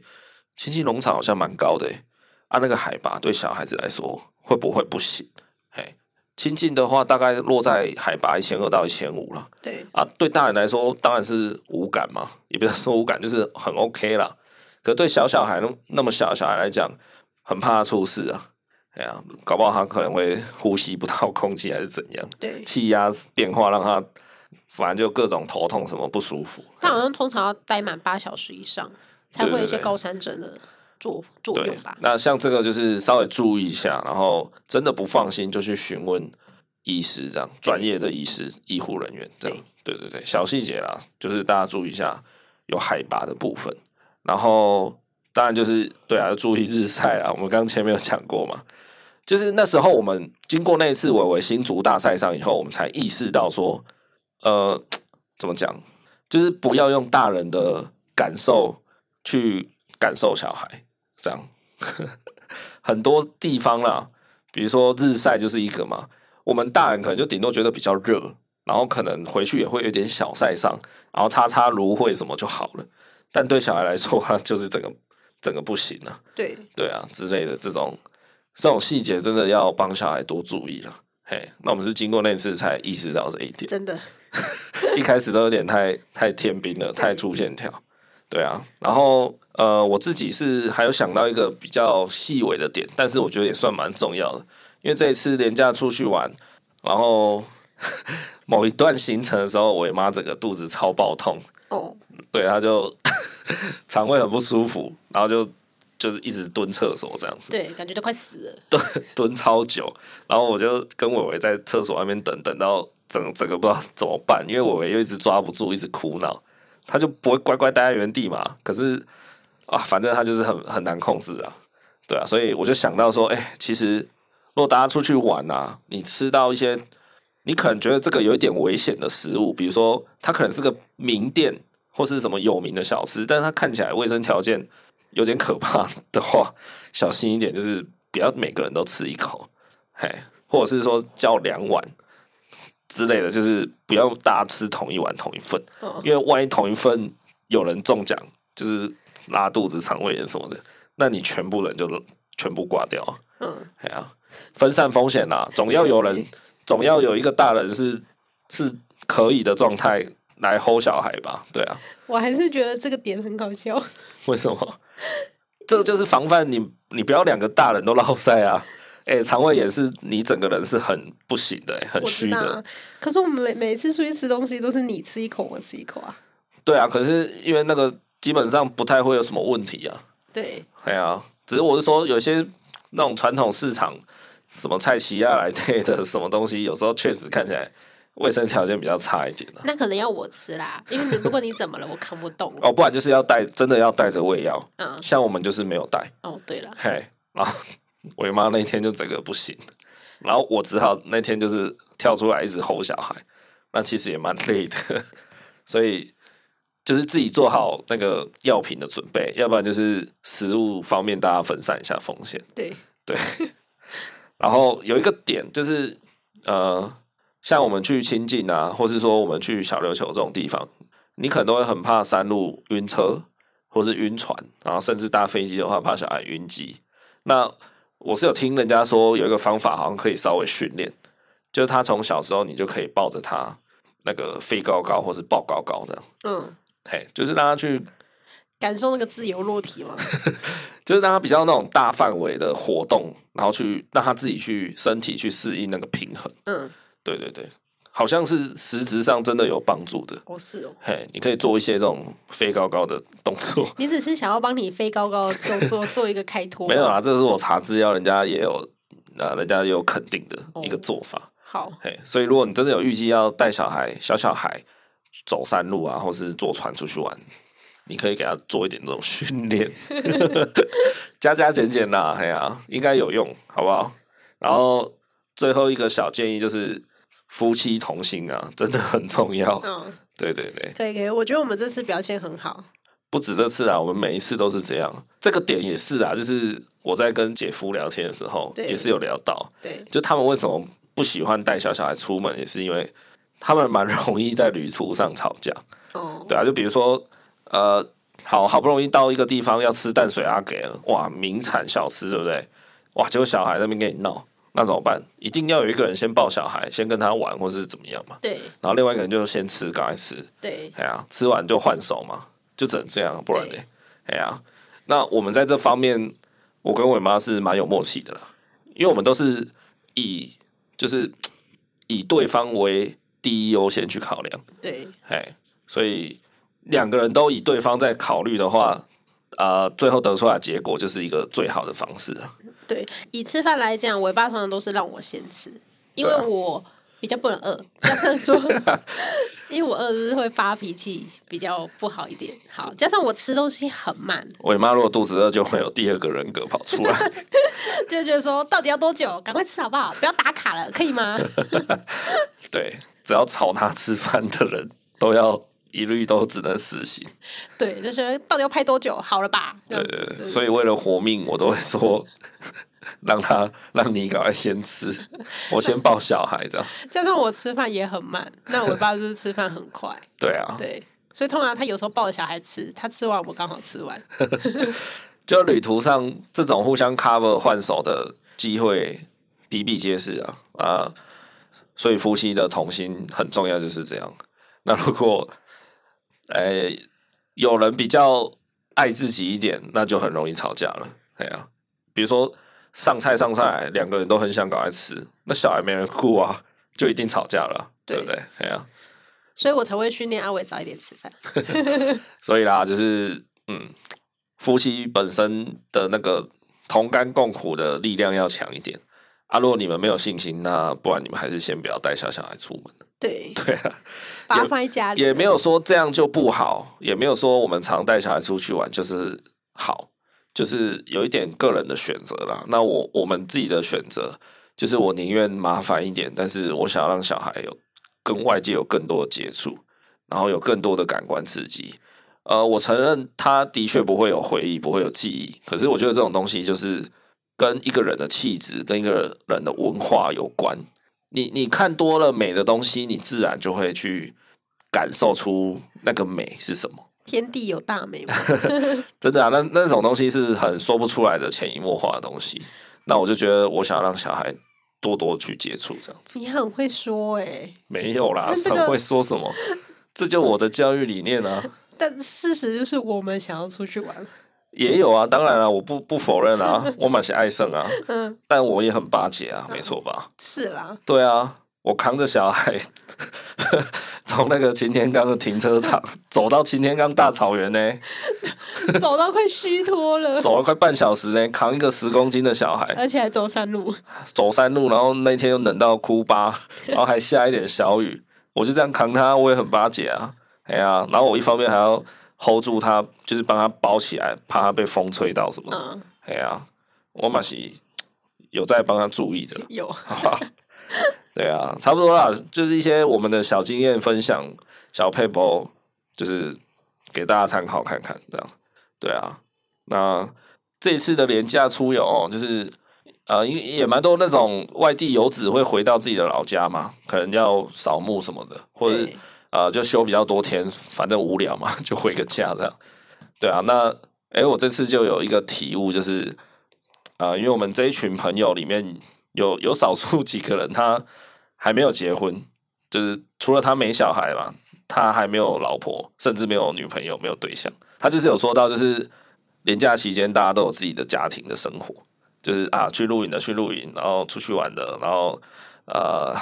[SPEAKER 1] 亲近农场好像蛮高的、欸，啊，那个海拔对小孩子来说会不会不行？嘿，亲近的话大概落在海拔一千二到一千五了。
[SPEAKER 2] 对
[SPEAKER 1] 啊，对大人来说当然是无感嘛，也不是说无感，就是很 OK 啦。可对小小孩那那么小的小孩来讲，很怕他出事啊。哎呀，搞不好他可能会呼吸不到空气，还是怎样，
[SPEAKER 2] 对，
[SPEAKER 1] 气压变化让他反正就各种头痛什么不舒服。
[SPEAKER 2] 但好像通常要待满八小时以上，才
[SPEAKER 1] 对
[SPEAKER 2] 会有
[SPEAKER 1] 对
[SPEAKER 2] 一些
[SPEAKER 1] 对
[SPEAKER 2] 高山症的作作
[SPEAKER 1] 对
[SPEAKER 2] 用吧，？
[SPEAKER 1] 那像这个就是稍微注意一下，然后真的不放心就去询问医师，这样专业的医师、医护人员这样。对对对，小细节啦，就是大家注意一下有海拔的部分，然后当然就是对啊，要注意日晒啊。我们刚刚前面有讲过嘛，就是那时候我们经过那一次伟伟新竹大赛上以后，我们才意识到说，呃，怎么讲，就是不要用大人的感受去感受小孩，这样。 很多地方啦，比如说日晒就是一个嘛，我们大人可能就顶多觉得比较热，然后可能回去也会有点小晒伤，然后擦擦芦荟什么就好了。但对小孩来说， 他就是整个整个不行了、
[SPEAKER 2] 对
[SPEAKER 1] 对啊之类的这种这种细节，真的要帮小孩多注意了。嘿，那我们是经过那次才意识到这一点，
[SPEAKER 2] 真的，
[SPEAKER 1] 一开始都有点太太天兵了，太粗线条。对啊，然后呃，我自己是还有想到一个比较细微的点，但是我觉得也算蛮重要的，因为这一次廉假出去玩，然后 某一段行程的时候，我妈整个肚子超爆痛，
[SPEAKER 2] 哦，
[SPEAKER 1] 对，她就 肠胃很不舒服，然后就就是一直蹲厕所这样子。
[SPEAKER 2] 对，感觉都快死了，
[SPEAKER 1] 蹲超久，然后我就跟伟伟在厕所外面等，等到整整个不知道怎么办，因为伟伟又一直抓不住，一直哭闹，他就不会乖乖待在原地嘛。可是啊，反正他就是很很难控制啊，对啊，所以我就想到说，哎、其实如果大家出去玩啊，你吃到一些你可能觉得这个有一点危险的食物，比如说它可能是个名店或是什么有名的小吃，但是它看起来卫生条件有点可怕的话，小心一点，就是不要每个人都吃一口，嘿，或者是说叫两碗，之类的，就是不要大家吃同一碗同一份，
[SPEAKER 2] 嗯
[SPEAKER 1] 因为万一同一份有人中奖，就是拉肚子、肠胃炎什么的，那你全部人就全部挂掉啊。
[SPEAKER 2] 嗯，
[SPEAKER 1] 哎呀、分散风险啦，总要有
[SPEAKER 2] 了
[SPEAKER 1] 人
[SPEAKER 2] 解，
[SPEAKER 1] 总要有一个大人是是可以的状态来 hold 小孩吧？对啊，
[SPEAKER 2] 我还是觉得这个点很搞笑。
[SPEAKER 1] 为什么？这个就是防范你，你不要两个大人都落塞啊！ 哎、肠胃炎是你整个人是很不行的、欸很
[SPEAKER 2] 我知
[SPEAKER 1] 虚
[SPEAKER 2] 道
[SPEAKER 1] 的
[SPEAKER 2] 啊。，可是我们每每次出去吃东西都是你吃一口，我吃一口啊。
[SPEAKER 1] 对啊，可是因为那个基本上不太会有什么问题啊。
[SPEAKER 2] 对，
[SPEAKER 1] 哎呀、只是我是说，有些那种传统市场，什么菜奇亚来对的什么东西，有时候确实看起来卫生条件比较差一点啊。
[SPEAKER 2] 那可能要我吃啦，因为你如果你怎么了，我扛不动。
[SPEAKER 1] 哦，不然就是要带，真的要带着胃药。
[SPEAKER 2] 嗯，
[SPEAKER 1] 像我们就是没有带，
[SPEAKER 2] 哦，对了，
[SPEAKER 1] 嘿，然后我妈那天就整个不行，然后我只好那天就是跳出来一直吼小孩，那其实也蛮累的， 所以就是自己做好那个药品的准备，要不然就是食物方面大家分散一下风险。
[SPEAKER 2] 对，
[SPEAKER 1] 然后有一个点就是，呃，像我们去清境啊，或是说我们去小琉球这种地方，你可能都会很怕山路晕车，或是晕船，然后甚至搭飞机的话，怕小孩晕机。那我是有听人家说有一个方法，好像可以稍微训练，就是他从小时候你就可以抱着他那个飞高高或是抱高高这样，
[SPEAKER 2] 嗯，
[SPEAKER 1] 嘿，就是让他去，
[SPEAKER 2] 感受那个自由落体嘛。
[SPEAKER 1] 就是让他比较那种大范围的活动，然后去让他自己去身体去适应那个平衡。
[SPEAKER 2] 嗯，
[SPEAKER 1] 对对对，好像是实质上真的有帮助的。
[SPEAKER 2] 哦是哦，
[SPEAKER 1] 嘿，你可以做一些这种飞高高的动作。
[SPEAKER 2] 你只是想要帮你飞高高的动作做一个开脱。
[SPEAKER 1] 没有啦，这是我查资料，人家也有，啊，人家也有肯定的一个
[SPEAKER 2] 哦
[SPEAKER 1] 做法。
[SPEAKER 2] 好，
[SPEAKER 1] 嘿，所以如果你真的有预计要带小孩、小小孩走山路啊，或是坐船出去玩，你可以给他做一点这种训练，加加减减啦，嘿呀、应该有用，好不好？然后最后一个小建议就是夫妻同心啊，真的很重要。
[SPEAKER 2] 嗯，
[SPEAKER 1] 对对对，
[SPEAKER 2] 可以可以，我觉得我们这次表现很好。
[SPEAKER 1] 不止这次啊，我们每一次都是这样。这个点也是啊，就是我在跟姐夫聊天的时候，
[SPEAKER 2] 对
[SPEAKER 1] 也是有聊到，
[SPEAKER 2] 对，
[SPEAKER 1] 就他们为什么不喜欢带小小孩出门，也是因为他们蛮 容易在旅途上吵架。
[SPEAKER 2] 哦，
[SPEAKER 1] 对啊，就比如说，呃，好好不容易到一个地方要吃淡水阿给了，哇，名产小吃，对不对？哇，结果小孩在那边跟你闹，那怎么办？一定要有一个人先抱小孩，先跟他玩，或是怎么样嘛。
[SPEAKER 2] 对
[SPEAKER 1] 然后另外一个人就先吃，赶快吃。
[SPEAKER 2] 对，
[SPEAKER 1] 哎呀，吃完就换手嘛，就只能这样，不然呢
[SPEAKER 2] 对？
[SPEAKER 1] 哎呀，那我们在这方面，我跟伟妈是蛮有默契的啦，因为我们都是以就是以对方为第一优先去考量，
[SPEAKER 2] 对
[SPEAKER 1] 哎，所以两个人都以对方在考虑的话，啊、最后得出来的结果就是一个最好的方式啊。
[SPEAKER 2] 对，以吃饭来讲，我爸通常都是让我先吃，
[SPEAKER 1] 对
[SPEAKER 2] 因为
[SPEAKER 1] 啊
[SPEAKER 2] 我比较不能饿，加 上说，因为我饿就是会发脾气，比较不好一点。好，加上我吃东西很慢，
[SPEAKER 1] 伟妈如果肚子饿，就会有第二个人格跑出来。
[SPEAKER 2] 就觉得说到底要多久，赶快吃好不好？不要打卡了，可以吗？
[SPEAKER 1] 对，只要吵他吃饭的人，都要一律都只能死刑。
[SPEAKER 2] 对，就觉得到底要拍多久，好了吧？这
[SPEAKER 1] 对
[SPEAKER 2] 样子
[SPEAKER 1] 对对，所以为了活命，我都会说 让他让你赶快先吃， 我先抱小孩这样。
[SPEAKER 2] 加上我吃饭也很慢，那我爸就是吃饭很快，
[SPEAKER 1] 对啊，
[SPEAKER 2] 对。所以通常他有时候抱着小孩吃，他吃完我刚好吃完，
[SPEAKER 1] 就旅途上这种互相 cover 换手的机会比比皆是啊啊，所以夫妻的同心很重要，就是这样。那如果哎、有人比较爱自己一点，那就很容易吵架了。哎呀、比如说上菜上菜，两个人都很想赶快吃，那小孩没人顾啊，就一定吵架了啊，对不
[SPEAKER 2] 对
[SPEAKER 1] 对？哎呀、
[SPEAKER 2] 所以我才会训练阿伟早一点吃饭。
[SPEAKER 1] 所以啦，就是嗯，夫妻本身的那个同甘共苦的力量要强一点啊。如果你们没有信心，那不然你们还是先不要带小小孩出门。
[SPEAKER 2] 对，
[SPEAKER 1] 对啊，
[SPEAKER 2] 把它
[SPEAKER 1] 也
[SPEAKER 2] 放在家里
[SPEAKER 1] 也没有说这样就不好，也没有说我们常带小孩出去玩就是好，就是有一点个人的选择啦。那我我们自己的选择，就是我宁愿麻烦一点，但是我想要让小孩有跟外界有更多的接触，然后有更多的感官刺激。呃，我承认他的确不会有回忆，不会有记忆，可是我觉得这种东西就是跟一个人的气质、跟一个人的文化有关。你你看多了美的东西，你自然就会去感受出那个美是什么。
[SPEAKER 2] 天地有大美 嘛，
[SPEAKER 1] 真的啊，那那种东西是很说不出来的潜移默化的东西。那我就觉得，我想要让小孩多多去接触，这样子
[SPEAKER 2] 你很会说哎、
[SPEAKER 1] 没有啦，
[SPEAKER 2] 但这
[SPEAKER 1] 很
[SPEAKER 2] 个
[SPEAKER 1] 会说什么？这就我的教育理念啊，
[SPEAKER 2] 但事实就是我们想要出去
[SPEAKER 1] 嗯
[SPEAKER 2] 玩，
[SPEAKER 1] 也有啊，当然啊，我不不否认啊，我蛮喜爱胜啊，
[SPEAKER 2] 嗯，
[SPEAKER 1] 但我也很巴结啊，没错吧？
[SPEAKER 2] 是啦，
[SPEAKER 1] 对啊，我扛着小孩 从那个擎天岗的停车场走到擎天岗大草原呢，
[SPEAKER 2] 走到快虚脱了，
[SPEAKER 1] 走了快半小时呢，扛一个十公斤的小孩，
[SPEAKER 2] 而且还走山路，
[SPEAKER 1] 走山路，然后那天又冷到哭吧，然后还下一点小雨，我就这样扛他，我也很巴结啊，哎呀、然后我一方面还要 hold 住他，就是帮他包起来，怕他被风吹到什么的，
[SPEAKER 2] 嗯，
[SPEAKER 1] 哎呀、我嘛是有在帮他注意的，
[SPEAKER 2] 有，
[SPEAKER 1] 对啊，差不多啦，就是一些我们的小经验分享，小配博，就是给大家参考看看，这样，对啊。那这一次的廉价出游、哦，就是呃，因为也蛮多那种外地游子会回到自己的老家嘛，可能要扫墓什么的，或者
[SPEAKER 2] 对
[SPEAKER 1] 呃就休比较多天，反正无聊嘛，就回个家这样。对啊，那诶、我这次就有一个体悟，就是呃，因为我们这一群朋友里面有有少数几个人他还没有结婚，就是除了他没小孩嘛，他还没有老婆，甚至没有女朋友，没有对象。他就是有说到，就是年假期间大家都有自己的家庭的生活，就是啊，去露营的去露营，然后出去玩的，然后呃，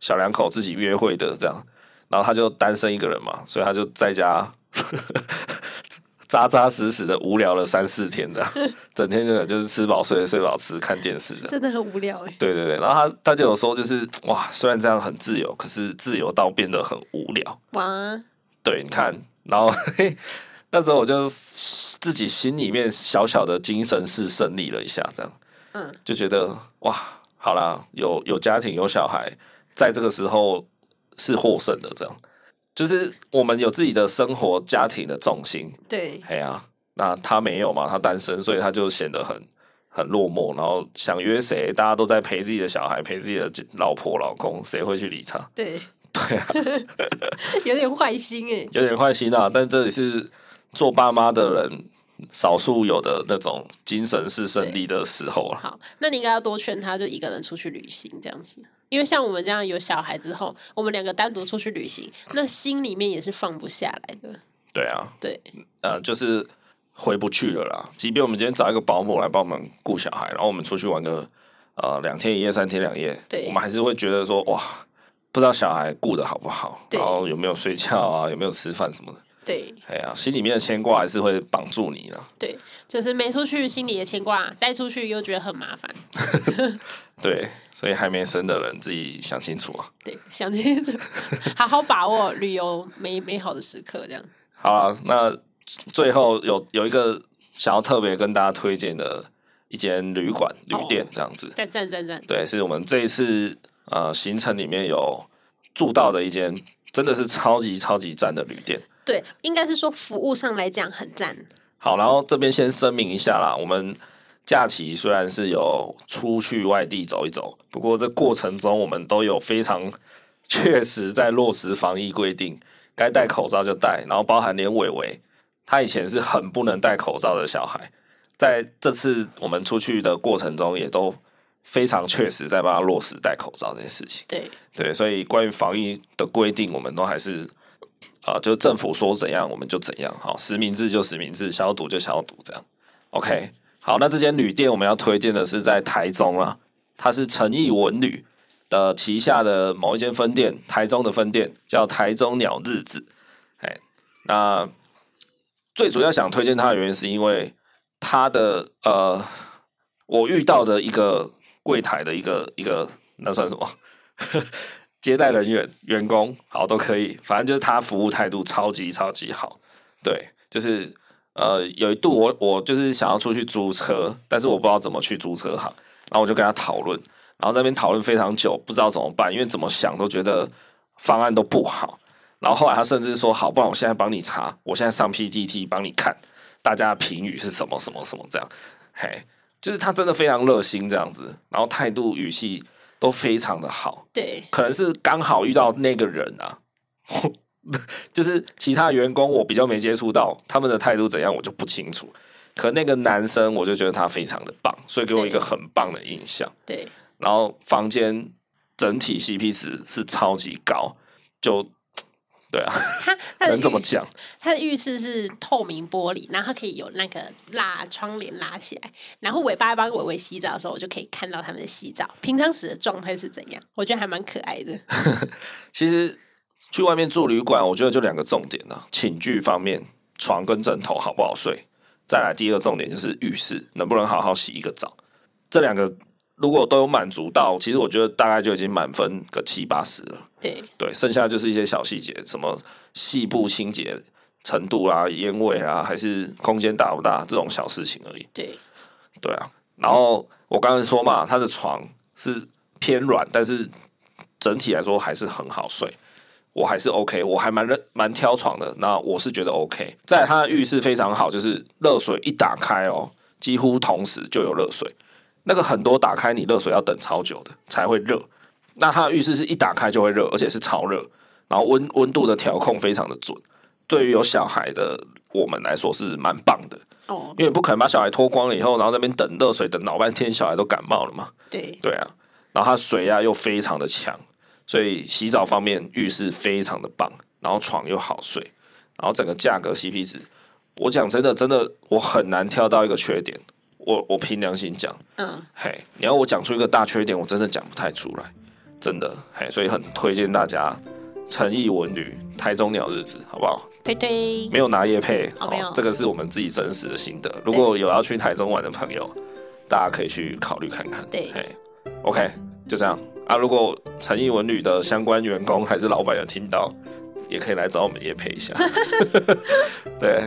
[SPEAKER 1] 小两口自己约会的这样。然后他就单身一个人嘛，所以他就在家 扎扎实实的无聊了三四天的，整天就就是吃饱睡，睡饱吃，看电视的。
[SPEAKER 2] 真的很无聊哎、
[SPEAKER 1] 对对对，然后他他就有说，就是哇，虽然这样很自由，可是自由到变得很无聊。
[SPEAKER 2] 哇，
[SPEAKER 1] 对，你看，然后那时候我就自己心里面小小的精神是胜利了一下，这样
[SPEAKER 2] 嗯，
[SPEAKER 1] 就觉得哇，好啦，有有家庭有小孩，在这个时候是获胜的，这样就是我们有自己的生活家庭的重心，
[SPEAKER 2] 对，
[SPEAKER 1] 哎呀、那他没有嘛，他单身，所以他就显得很很落寞，然后想约谁，大家都在陪自己的小孩，陪自己的老婆老公，谁会去理他？
[SPEAKER 2] 对，
[SPEAKER 1] 对啊，
[SPEAKER 2] 有点坏心哎、
[SPEAKER 1] 有点坏心啊，但这里是做爸妈的人少数有的那种精神是胜利的时候啊。
[SPEAKER 2] 好，那你应该要多劝他，就一个人出去旅行这样子。因为像我们这样有小孩之后，我们两个单独出去旅行，那心里面也是放不下来的。
[SPEAKER 1] 对啊，
[SPEAKER 2] 对，
[SPEAKER 1] 呃，就是回不去了啦。即便我们今天找一个保姆来帮我们顾小孩，然后我们出去玩个呃两天一夜、三天两夜，
[SPEAKER 2] 对
[SPEAKER 1] 我们还是会觉得说哇，不知道小孩顾的好不好，
[SPEAKER 2] 对
[SPEAKER 1] 然后有没有睡觉啊，有没有吃饭什么的。
[SPEAKER 2] 对，
[SPEAKER 1] 哎呀，心里面的牵挂还是会绑住你啦。
[SPEAKER 2] 对，就是没出去，心里也牵挂；带出去又觉得很麻烦。
[SPEAKER 1] 对，所以还没生的人自己想清楚啊。
[SPEAKER 2] 对，想清楚， 好好把握旅游美美好的时刻，这样。
[SPEAKER 1] 好啊，那最后有有一个想要特别跟大家推荐的一间旅馆、旅
[SPEAKER 2] 哦
[SPEAKER 1] 店这样子。
[SPEAKER 2] 赞赞赞赞，
[SPEAKER 1] 对，是我们这一次呃行程里面有住到的一间，真的是超级超级赞的旅店。
[SPEAKER 2] 对，应该是说服务上来讲很赞。
[SPEAKER 1] 好，然后这边先声明一下啦，我们假期虽然是有出去外地走一走，不过这过程中我们都有非常确实在落实防疫规定，该戴口罩就戴，然后包含连伟伟，他以前是很不能戴口罩的小孩，在这次我们出去的过程中也都非常确实在帮他落实戴口罩这件事情。
[SPEAKER 2] 对，
[SPEAKER 1] 对，所以关于防疫的规定，我们都还是啊、呃就是政府说怎样我们就怎样，好，实名制就实名制，消毒就消毒，这样。OK，好，那这间旅店我们要推荐的是在台中啊，它是诚毅文旅的旗下的某一间分店，台中的分店叫台中鸟日子。哎，那最主要想推荐它的原因，是因为它的呃，我遇到的一个柜台的一个一个那算什么？ 接待人员、员工，好都可以，反正就是他服务态度超级超级好。对，就是呃，有一度我我就是想要出去租车，但是我不知道怎么去租车行，然后我就跟他讨论，然后在那边讨论非常久，不知道怎么办，因为怎么想都觉得方案都不好。然后后来他甚至说：“好，不然我现在帮你查，我现在上 PTT 帮你看大家的评语是什么什么什么这样。”嘿，就是他真的非常热心这样子，然后态度语气都非常的好，
[SPEAKER 2] 对，
[SPEAKER 1] 可能是刚好遇到那个人啊， 就是其他员工我比较没接触到，他们的态度怎样我就不清楚。可那个男生我就觉得他非常的棒，所以给我一个很棒的印象。
[SPEAKER 2] 对，
[SPEAKER 1] 然后房间整体 CP 值是超级高，就对啊，
[SPEAKER 2] 它它的
[SPEAKER 1] 能怎么
[SPEAKER 2] 浴
[SPEAKER 1] 讲？
[SPEAKER 2] 它的浴室是透明玻璃，然后它可以有那个拉窗帘拉起来，然后尾巴帮伟伟洗澡的时候，我就可以看到他们的洗澡平常时的状态是怎样，我觉得还蛮可爱的。
[SPEAKER 1] 其实去外面住旅馆，我觉得就两个重点啊，寝具方面，床跟枕头好不好睡，再来第二个重点就是浴室能不能好好洗一个澡，这两个如果都有满足到，其实我觉得大概就已经满分个七八十了。
[SPEAKER 2] 对，
[SPEAKER 1] 对，剩下就是一些小细节，什么细部清洁程度啊、烟味啊，还是空间大不大这种小事情而已。
[SPEAKER 2] 对，
[SPEAKER 1] 对啊，然后我刚才说嘛，他的床是偏软，但是整体来说还是很好睡，我还是 OK，我还蛮认蛮挑床的，那我是觉得 OK。在它的浴室非常好，就是热水一打开哦，几乎同时就有热水，那个很多打开你热水要等超久的才会热，那它的浴室是一打开就会热，而且是超热，然后温温度的调控非常的准，对于有小孩的我们来说是蛮棒的。
[SPEAKER 2] 哦，
[SPEAKER 1] 因为不可能把小孩脱光了以后，然后在那边等热水等老半天，小孩都感冒了嘛。
[SPEAKER 2] 对，
[SPEAKER 1] 对啊，然后它水啊又非常的强，所以洗澡方面浴室非常的棒，然后床又好睡，然后整个价格 CP 值，我讲真的真的我很难挑到一个缺点，我我凭良心讲，
[SPEAKER 2] 嗯，
[SPEAKER 1] 嘿，你要我讲出一个大缺点，我真的讲不太出来，真的嘿，所以很推荐大家诚意文旅台中鸟日子，好不好？
[SPEAKER 2] 对对，
[SPEAKER 1] 没有拿叶配，
[SPEAKER 2] 哦没有
[SPEAKER 1] 这个是我们自己真实的心得。如果有要去台中玩的朋友，大家可以去考虑看看。
[SPEAKER 2] 对
[SPEAKER 1] 嘿，OK，就这样啊。如果诚毅文旅的相关员工还是老板有听到，也可以来找我们叶配一下。对，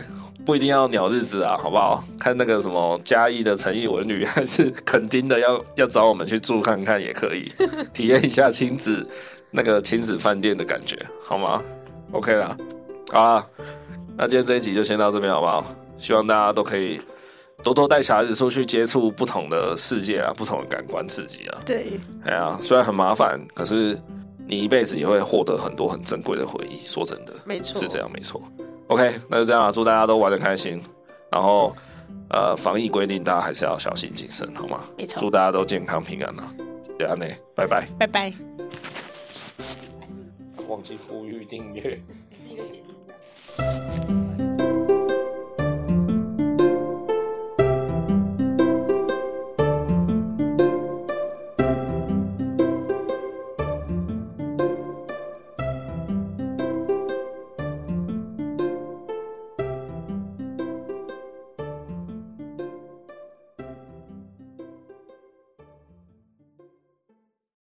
[SPEAKER 1] 不一定要鸟日子啊，好不好？看那个什么嘉义的诚毅文旅，还是垦丁的要要找我们去住看看也可以，体验一下亲子那个亲子饭店的感觉，好吗？OK 啦，好啊。那今天这一集就先到这边好不好？希望大家都可以多多带小孩子出去接触不同的世界啊，不同的感官刺激啊。
[SPEAKER 2] 对，
[SPEAKER 1] 哎呀，虽然很麻烦，可是你一辈子也会获得很多很珍贵的回忆。说真的，
[SPEAKER 2] 没错，
[SPEAKER 1] 是这样，没错。OK，那就这样啊，祝大家都玩的开心。然后，呃，防疫规定大家还是要小心谨慎，好吗？
[SPEAKER 2] 没错
[SPEAKER 1] 祝大家都健康平安啊！这样呢，拜拜。
[SPEAKER 2] 拜拜。
[SPEAKER 1] 忘记呼吁订阅。
[SPEAKER 2] 是一个结